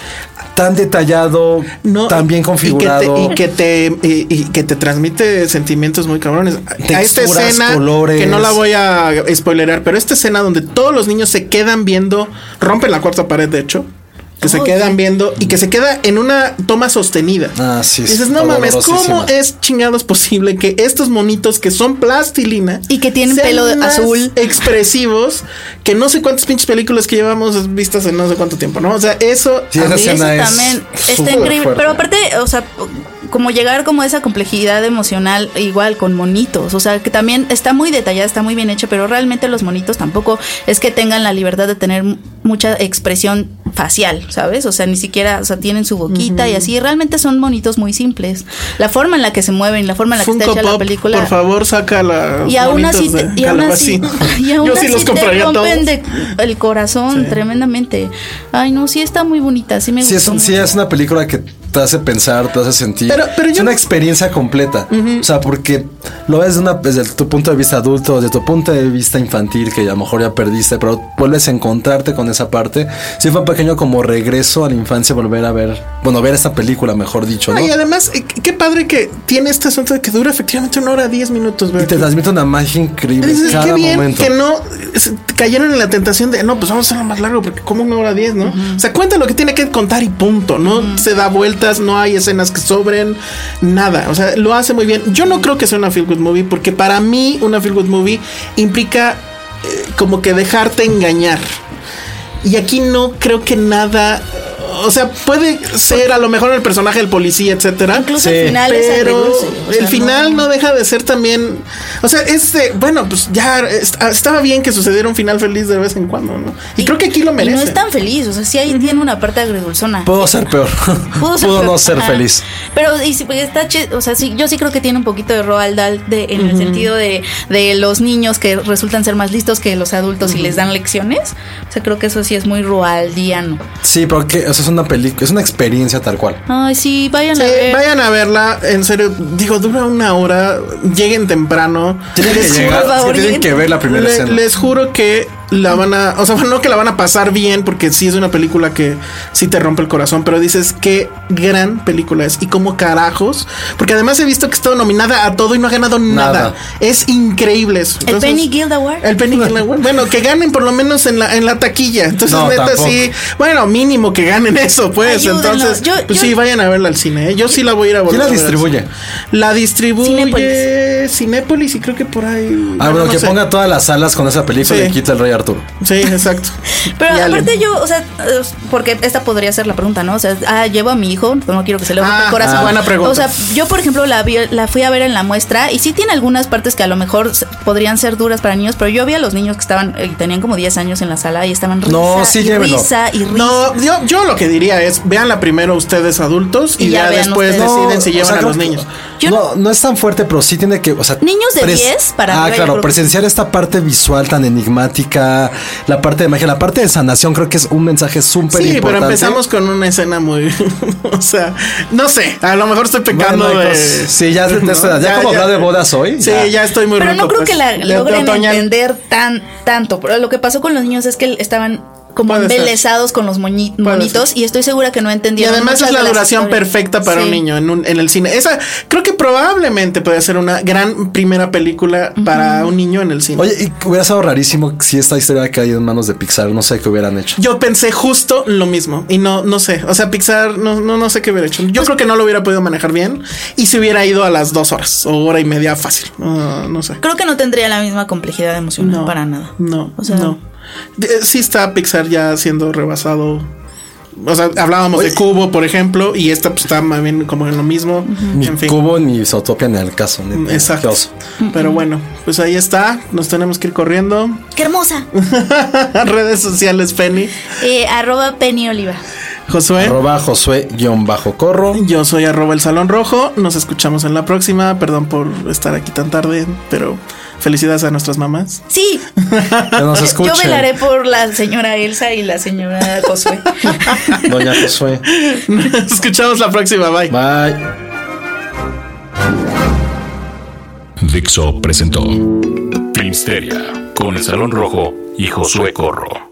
[SPEAKER 2] Tan detallado, tan bien configurado.
[SPEAKER 4] Y que te, y que te, y- y que te transmite sentimientos muy cabrones. a esta
[SPEAKER 2] Texturas,
[SPEAKER 4] escena,
[SPEAKER 2] colores.
[SPEAKER 4] que no la voy a spoilerar, pero esta escena donde todos los niños se quedan viendo, rompen la cuarta pared, de hecho. Que se
[SPEAKER 3] Oh,
[SPEAKER 4] quedan viendo y que se queda en una toma sostenida.
[SPEAKER 2] Ah, sí,
[SPEAKER 4] Y
[SPEAKER 2] es
[SPEAKER 4] dices, no mames,
[SPEAKER 2] dolorosísima.
[SPEAKER 4] ¿cómo es chingados posible que estos monitos que son plastilina
[SPEAKER 3] Y que tienen
[SPEAKER 4] sean
[SPEAKER 3] pelo de-
[SPEAKER 4] más
[SPEAKER 3] azul.
[SPEAKER 4] expresivos que no sé cuántas pinches películas que llevamos vistas en no sé cuánto tiempo, ¿no? O sea, eso.
[SPEAKER 2] Sí,
[SPEAKER 4] a
[SPEAKER 2] esa
[SPEAKER 4] mí-
[SPEAKER 2] escena
[SPEAKER 3] Eso
[SPEAKER 2] es
[SPEAKER 3] también está
[SPEAKER 2] súper
[SPEAKER 3] increíble.
[SPEAKER 2] fuerte.
[SPEAKER 3] Pero aparte, o sea, como llegar como a esa complejidad emocional, igual con monitos. O sea, que también está muy detallada, está muy bien hecha, pero realmente los monitos tampoco es que tengan la libertad de tener m- mucha expresión facial, ¿sabes? O sea, ni siquiera, o sea, tienen su boquita y así. Realmente son monitos muy simples. La forma en la que se mueven, la forma en la que
[SPEAKER 4] Funko
[SPEAKER 3] está hecha la
[SPEAKER 4] Pop,
[SPEAKER 3] película.
[SPEAKER 4] por favor, saca la.
[SPEAKER 3] Y aún así, te, y aún así, y aún
[SPEAKER 4] Yo
[SPEAKER 3] así
[SPEAKER 4] sí los
[SPEAKER 3] te
[SPEAKER 4] compraría todos.
[SPEAKER 3] rompen de- el corazón tremendamente. Ay, no, sí está muy bonita, sí me
[SPEAKER 2] Sí es,
[SPEAKER 3] gustó.
[SPEAKER 2] un- sí, es una película que te hace pensar, te hace sentir.
[SPEAKER 4] Pero- pero
[SPEAKER 2] es
[SPEAKER 4] yo-
[SPEAKER 2] una experiencia completa. O sea, porque lo ves de una- desde tu punto de vista adulto, desde tu punto de vista infantil, que a lo mejor ya perdiste, pero vuelves a encontrarte con esa parte. Sí fue un pequeño como regreso a la infancia, volver a ver, bueno, ver esta película, mejor dicho, ¿no?
[SPEAKER 4] No, y además, eh, qué padre que tiene este asunto de que dura efectivamente una hora diez minutos,
[SPEAKER 2] Y
[SPEAKER 4] ¿verdad?
[SPEAKER 2] te transmite una magia increíble
[SPEAKER 4] Dices,
[SPEAKER 2] cada
[SPEAKER 4] qué bien
[SPEAKER 2] momento.
[SPEAKER 4] que no eh, se- cayeron en la tentación de no, pues vamos a hacerlo más largo porque como una hora diez, ¿no? O sea, cuenta lo que tiene que contar y punto. No se da vueltas, no hay escenas que sobren, nada. O sea, lo hace muy bien. Yo no creo que sea una feel good movie porque para mí una feel good movie implica eh, como que dejarte engañar. Y aquí no creo que nada. O sea, puede ser a lo mejor el personaje del policía, etcétera.
[SPEAKER 3] Incluso el final es agridulce, o sea,
[SPEAKER 4] el
[SPEAKER 3] no-
[SPEAKER 4] final no, deja de ser también. O sea, este, bueno, pues ya est- estaba bien que sucediera un final feliz de vez en cuando, ¿no? Y, creo que aquí lo merece.
[SPEAKER 3] Y no es tan feliz, o sea, sí ahí tiene una parte agridulzona.
[SPEAKER 2] Pudo ser peor. Pudo, no ser
[SPEAKER 3] Ajá.
[SPEAKER 2] feliz.
[SPEAKER 3] Pero y si- pues, está chi- o sea, sí, yo sí creo que tiene un poquito de Roald Dahl de- en el sentido de, de los niños que resultan ser más listos que los adultos y les dan lecciones. O sea, creo que eso sí es muy Roaldiano.
[SPEAKER 2] Sí, porque eso es una película, es una experiencia tal cual.
[SPEAKER 3] Ay, sí, vayan
[SPEAKER 4] Sí,
[SPEAKER 3] a ver.
[SPEAKER 4] vayan a verla, en serio, digo, dura una hora, lleguen temprano.
[SPEAKER 2] Tienen que
[SPEAKER 4] Les
[SPEAKER 2] llegar,
[SPEAKER 4] juro-
[SPEAKER 3] favor,
[SPEAKER 2] sí, tienen
[SPEAKER 3] lleguen.
[SPEAKER 2] que ver la primera
[SPEAKER 4] le-
[SPEAKER 2] escena.
[SPEAKER 4] les juro que la van a, o sea, no que la van a pasar bien, porque sí es una película que sí te rompe el corazón, pero dices qué gran película es y cómo carajos, porque además he visto que está nominada a todo y no ha ganado nada.
[SPEAKER 2] Nada.
[SPEAKER 4] Es increíble eso.
[SPEAKER 3] El
[SPEAKER 4] Entonces-
[SPEAKER 3] Penny Guild Award.
[SPEAKER 4] El Penny Guild Award. Bueno, que ganen por lo menos en la, en la taquilla. Entonces,
[SPEAKER 2] No,
[SPEAKER 4] neta,
[SPEAKER 2] tampoco.
[SPEAKER 4] sí. Bueno, mínimo que ganen eso, pues.
[SPEAKER 3] Ayúdenlos.
[SPEAKER 4] Entonces,
[SPEAKER 3] Yo-
[SPEAKER 4] pues
[SPEAKER 3] yo-
[SPEAKER 4] sí, vayan a verla al cine. ¿eh? Yo sí la voy a ir a volver.
[SPEAKER 2] la
[SPEAKER 4] a ver al
[SPEAKER 2] distribuye?
[SPEAKER 4] cine. La distribuye
[SPEAKER 3] Cinépolis.
[SPEAKER 4] Cinépolis. y creo que por ahí.
[SPEAKER 2] Ah, bueno,
[SPEAKER 4] no
[SPEAKER 2] que
[SPEAKER 4] sé.
[SPEAKER 2] ponga todas las salas con esa película
[SPEAKER 4] Sí.
[SPEAKER 2] y quita el Rey Arturo.
[SPEAKER 4] Sí, exacto.
[SPEAKER 3] Pero
[SPEAKER 4] Y Ale.
[SPEAKER 3] aparte yo, o sea, eh, porque esta podría ser la pregunta, ¿no? O sea, ah, llevo a mi hijo, no quiero que se le rompa
[SPEAKER 4] Ah,
[SPEAKER 3] el corazón.
[SPEAKER 4] ah, buena pregunta.
[SPEAKER 3] O sea, yo por ejemplo la, vi- la fui a ver en la muestra y sí tiene algunas partes que a lo mejor s- podrían ser duras para niños, pero yo vi a los niños que estaban, eh, tenían como 10 años en la sala y estaban risa,
[SPEAKER 2] No, sí,
[SPEAKER 3] y
[SPEAKER 2] llévenlo.
[SPEAKER 3] risa y risa.
[SPEAKER 4] No, yo, yo lo que diría es: véanla primero ustedes adultos y,
[SPEAKER 3] Y ya
[SPEAKER 4] ya,
[SPEAKER 3] vean
[SPEAKER 4] después
[SPEAKER 3] ustedes.
[SPEAKER 4] deciden si
[SPEAKER 2] o
[SPEAKER 4] llevan
[SPEAKER 2] sea,
[SPEAKER 4] a
[SPEAKER 2] creo
[SPEAKER 4] los
[SPEAKER 2] que-
[SPEAKER 4] niños.
[SPEAKER 3] Yo
[SPEAKER 2] no, no es tan fuerte, pero sí tiene que. O sea,
[SPEAKER 3] Niños de
[SPEAKER 2] pres-
[SPEAKER 3] 10 para
[SPEAKER 2] Ah,
[SPEAKER 3] arriba, yo creo
[SPEAKER 2] claro,
[SPEAKER 3] que-
[SPEAKER 2] presenciar esta parte visual tan enigmática, la parte de magia, la parte de sanación, creo que es un mensaje súper
[SPEAKER 4] Sí,
[SPEAKER 2] importante.
[SPEAKER 4] pero empezamos con una escena muy. o sea, no sé, a lo mejor estoy pecando
[SPEAKER 2] Bueno,
[SPEAKER 4] de.
[SPEAKER 2] pues, sí, ya es de esta edad. Ya como hablar de bodas hoy,
[SPEAKER 4] Sí,
[SPEAKER 2] ya.
[SPEAKER 4] ya, estoy muy
[SPEAKER 3] pero
[SPEAKER 4] roto,
[SPEAKER 3] no creo
[SPEAKER 4] pues.
[SPEAKER 3] que la
[SPEAKER 4] Ya,
[SPEAKER 3] logren
[SPEAKER 4] Toña,
[SPEAKER 3] entender tan tanto. Pero lo que pasó con los niños es que estaban como
[SPEAKER 4] Puede ser.
[SPEAKER 3] embelesados con los moñi-
[SPEAKER 4] Puede
[SPEAKER 3] monitos y estoy segura que no
[SPEAKER 4] Y
[SPEAKER 3] entendieron.
[SPEAKER 4] además
[SPEAKER 3] muchas
[SPEAKER 4] es la
[SPEAKER 3] de las
[SPEAKER 4] duración
[SPEAKER 3] historias.
[SPEAKER 4] perfecta para un
[SPEAKER 3] Sí.
[SPEAKER 4] niño en, un- en el cine. Esa creo que probablemente puede ser una gran primera película para un niño en el cine.
[SPEAKER 2] Oye, y hubiera estado rarísimo si esta historia hubiera caído en manos de Pixar. No sé qué hubieran hecho.
[SPEAKER 4] Yo pensé justo lo mismo y no, no sé. O sea, Pixar no, no, no sé qué hubiera hecho. Yo
[SPEAKER 3] Pues
[SPEAKER 4] creo que no lo hubiera podido manejar bien y se hubiera ido a las dos horas o hora y media fácil. Ah, no sé.
[SPEAKER 3] Creo que no tendría la misma complejidad emocional
[SPEAKER 4] No,
[SPEAKER 3] para nada.
[SPEAKER 4] No,
[SPEAKER 3] O sea,
[SPEAKER 4] no. De- eh, Sí está Pixar ya siendo rebasado. O sea, hablábamos de Cubo, por ejemplo, y esta pues, está más bien como en lo mismo.
[SPEAKER 2] Ni
[SPEAKER 4] En fin.
[SPEAKER 2] Cubo ni Zootopia ni al caso. neta. Qué
[SPEAKER 4] Exacto.
[SPEAKER 2] oso.
[SPEAKER 4] Pero bueno, pues ahí está. Nos tenemos que ir corriendo.
[SPEAKER 3] ¡Qué hermosa!
[SPEAKER 4] Redes sociales, Penny.
[SPEAKER 3] Eh, arroba Penny Oliva.
[SPEAKER 4] Josué.
[SPEAKER 2] Arroba Josué-Corro.
[SPEAKER 4] Yo soy arroba el Salón Rojo. Nos escuchamos en la próxima. Perdón por estar aquí tan tarde, pero felicidades a nuestras mamás.
[SPEAKER 3] Sí,
[SPEAKER 2] Que nos
[SPEAKER 3] yo- yo
[SPEAKER 2] escuchen.
[SPEAKER 3] velaré por la señora Elsa y la señora Josué.
[SPEAKER 2] Doña Josué.
[SPEAKER 4] Nos escuchamos la próxima. Bye.
[SPEAKER 2] Bye.
[SPEAKER 1] Dixo presentó Filmsteria con el Salón Rojo y Josué Corro.